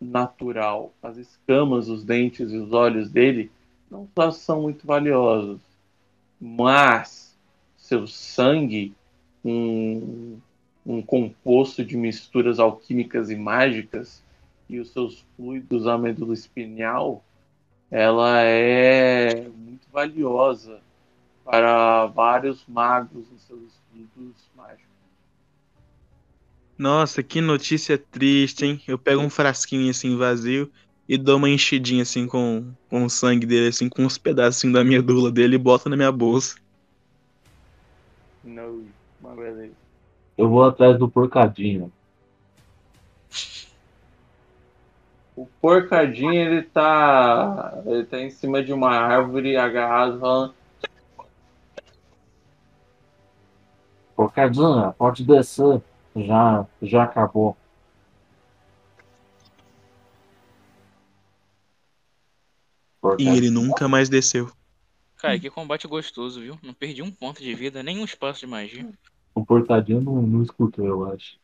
Speaker 11: natural. As escamas, os dentes e os olhos dele não só são muito valiosos, mas seu sangue, um, um composto de misturas alquímicas e mágicas e os seus fluidos, a medula espinhal, ela é muito valiosa para vários magos em seus estudos mágicos.
Speaker 5: Nossa, que notícia triste, hein? Eu pego um frasquinho assim vazio e dou uma enchidinha assim com, com o sangue dele, assim, com uns pedacinhos da medula dele e boto na minha bolsa.
Speaker 11: Não, mas beleza.
Speaker 9: Eu vou atrás do porcadinho.
Speaker 11: O porcadinho, ele tá, ele tá em cima de uma árvore agarrado, falando,
Speaker 9: Porcadinha, pode descer. Já, já acabou.
Speaker 5: E
Speaker 9: Porcadinho.
Speaker 5: ele nunca mais desceu.
Speaker 4: Cara, que combate gostoso, viu? Não perdi um ponto de vida, nem um espaço de magia.
Speaker 9: O porcadinho não, não escutou, eu acho.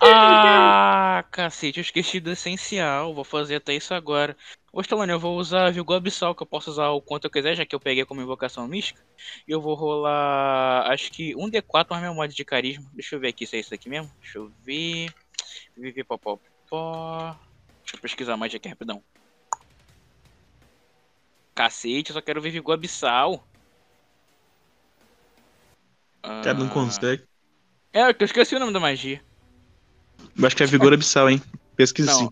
Speaker 4: Ah, cacete, eu esqueci do essencial. Vou fazer até isso agora. Ô, Stallone, eu vou usar a Vigor Abissal, que eu posso usar o quanto eu quiser, já que eu peguei como invocação mística. E eu vou rolar, acho que um D4 mais meu mod de carisma. Deixa eu ver aqui se é isso aqui mesmo. Deixa eu ver. Vivi, pó, pó, pó. Deixa eu pesquisar mais aqui rapidão. Cacete, eu só quero ver Vigor Abissal.
Speaker 5: O cara não
Speaker 4: Ah.
Speaker 5: consegue.
Speaker 4: É, eu esqueci o nome da magia.
Speaker 5: Eu acho que é vigor abissal, hein? Pesquisa
Speaker 4: Não.
Speaker 5: sim.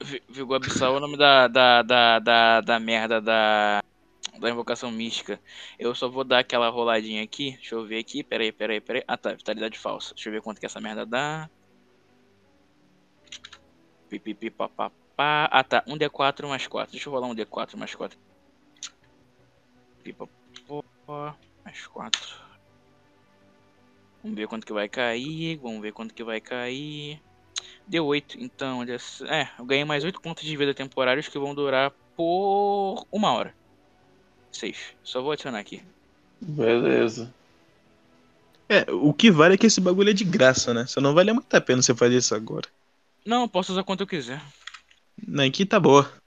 Speaker 4: Vi- Vigor Abissal é o nome da, da, da, da, da merda da, da invocação mística. Eu só vou dar aquela roladinha aqui. Deixa eu ver aqui. Peraí, peraí, peraí. Ah, tá. Vitalidade falsa. Deixa eu ver quanto que essa merda dá. Pipipi, papapá. Ah, tá. 1D4 mais 4. Deixa eu rolar um D4 mais 4. Pipapó. Mais 4. Vamos ver quanto que vai cair. Vamos ver quanto que vai cair. Deu 8, então. olha só. É, eu ganhei mais 8 pontos de vida temporários que vão durar por uma hora. 6. Só vou adicionar aqui.
Speaker 11: beleza.
Speaker 5: É, o que vale é que esse bagulho é de graça, né? Só não vale muito a pena você fazer isso agora.
Speaker 4: Não, posso usar quanto eu quiser.
Speaker 5: Nike tá boa.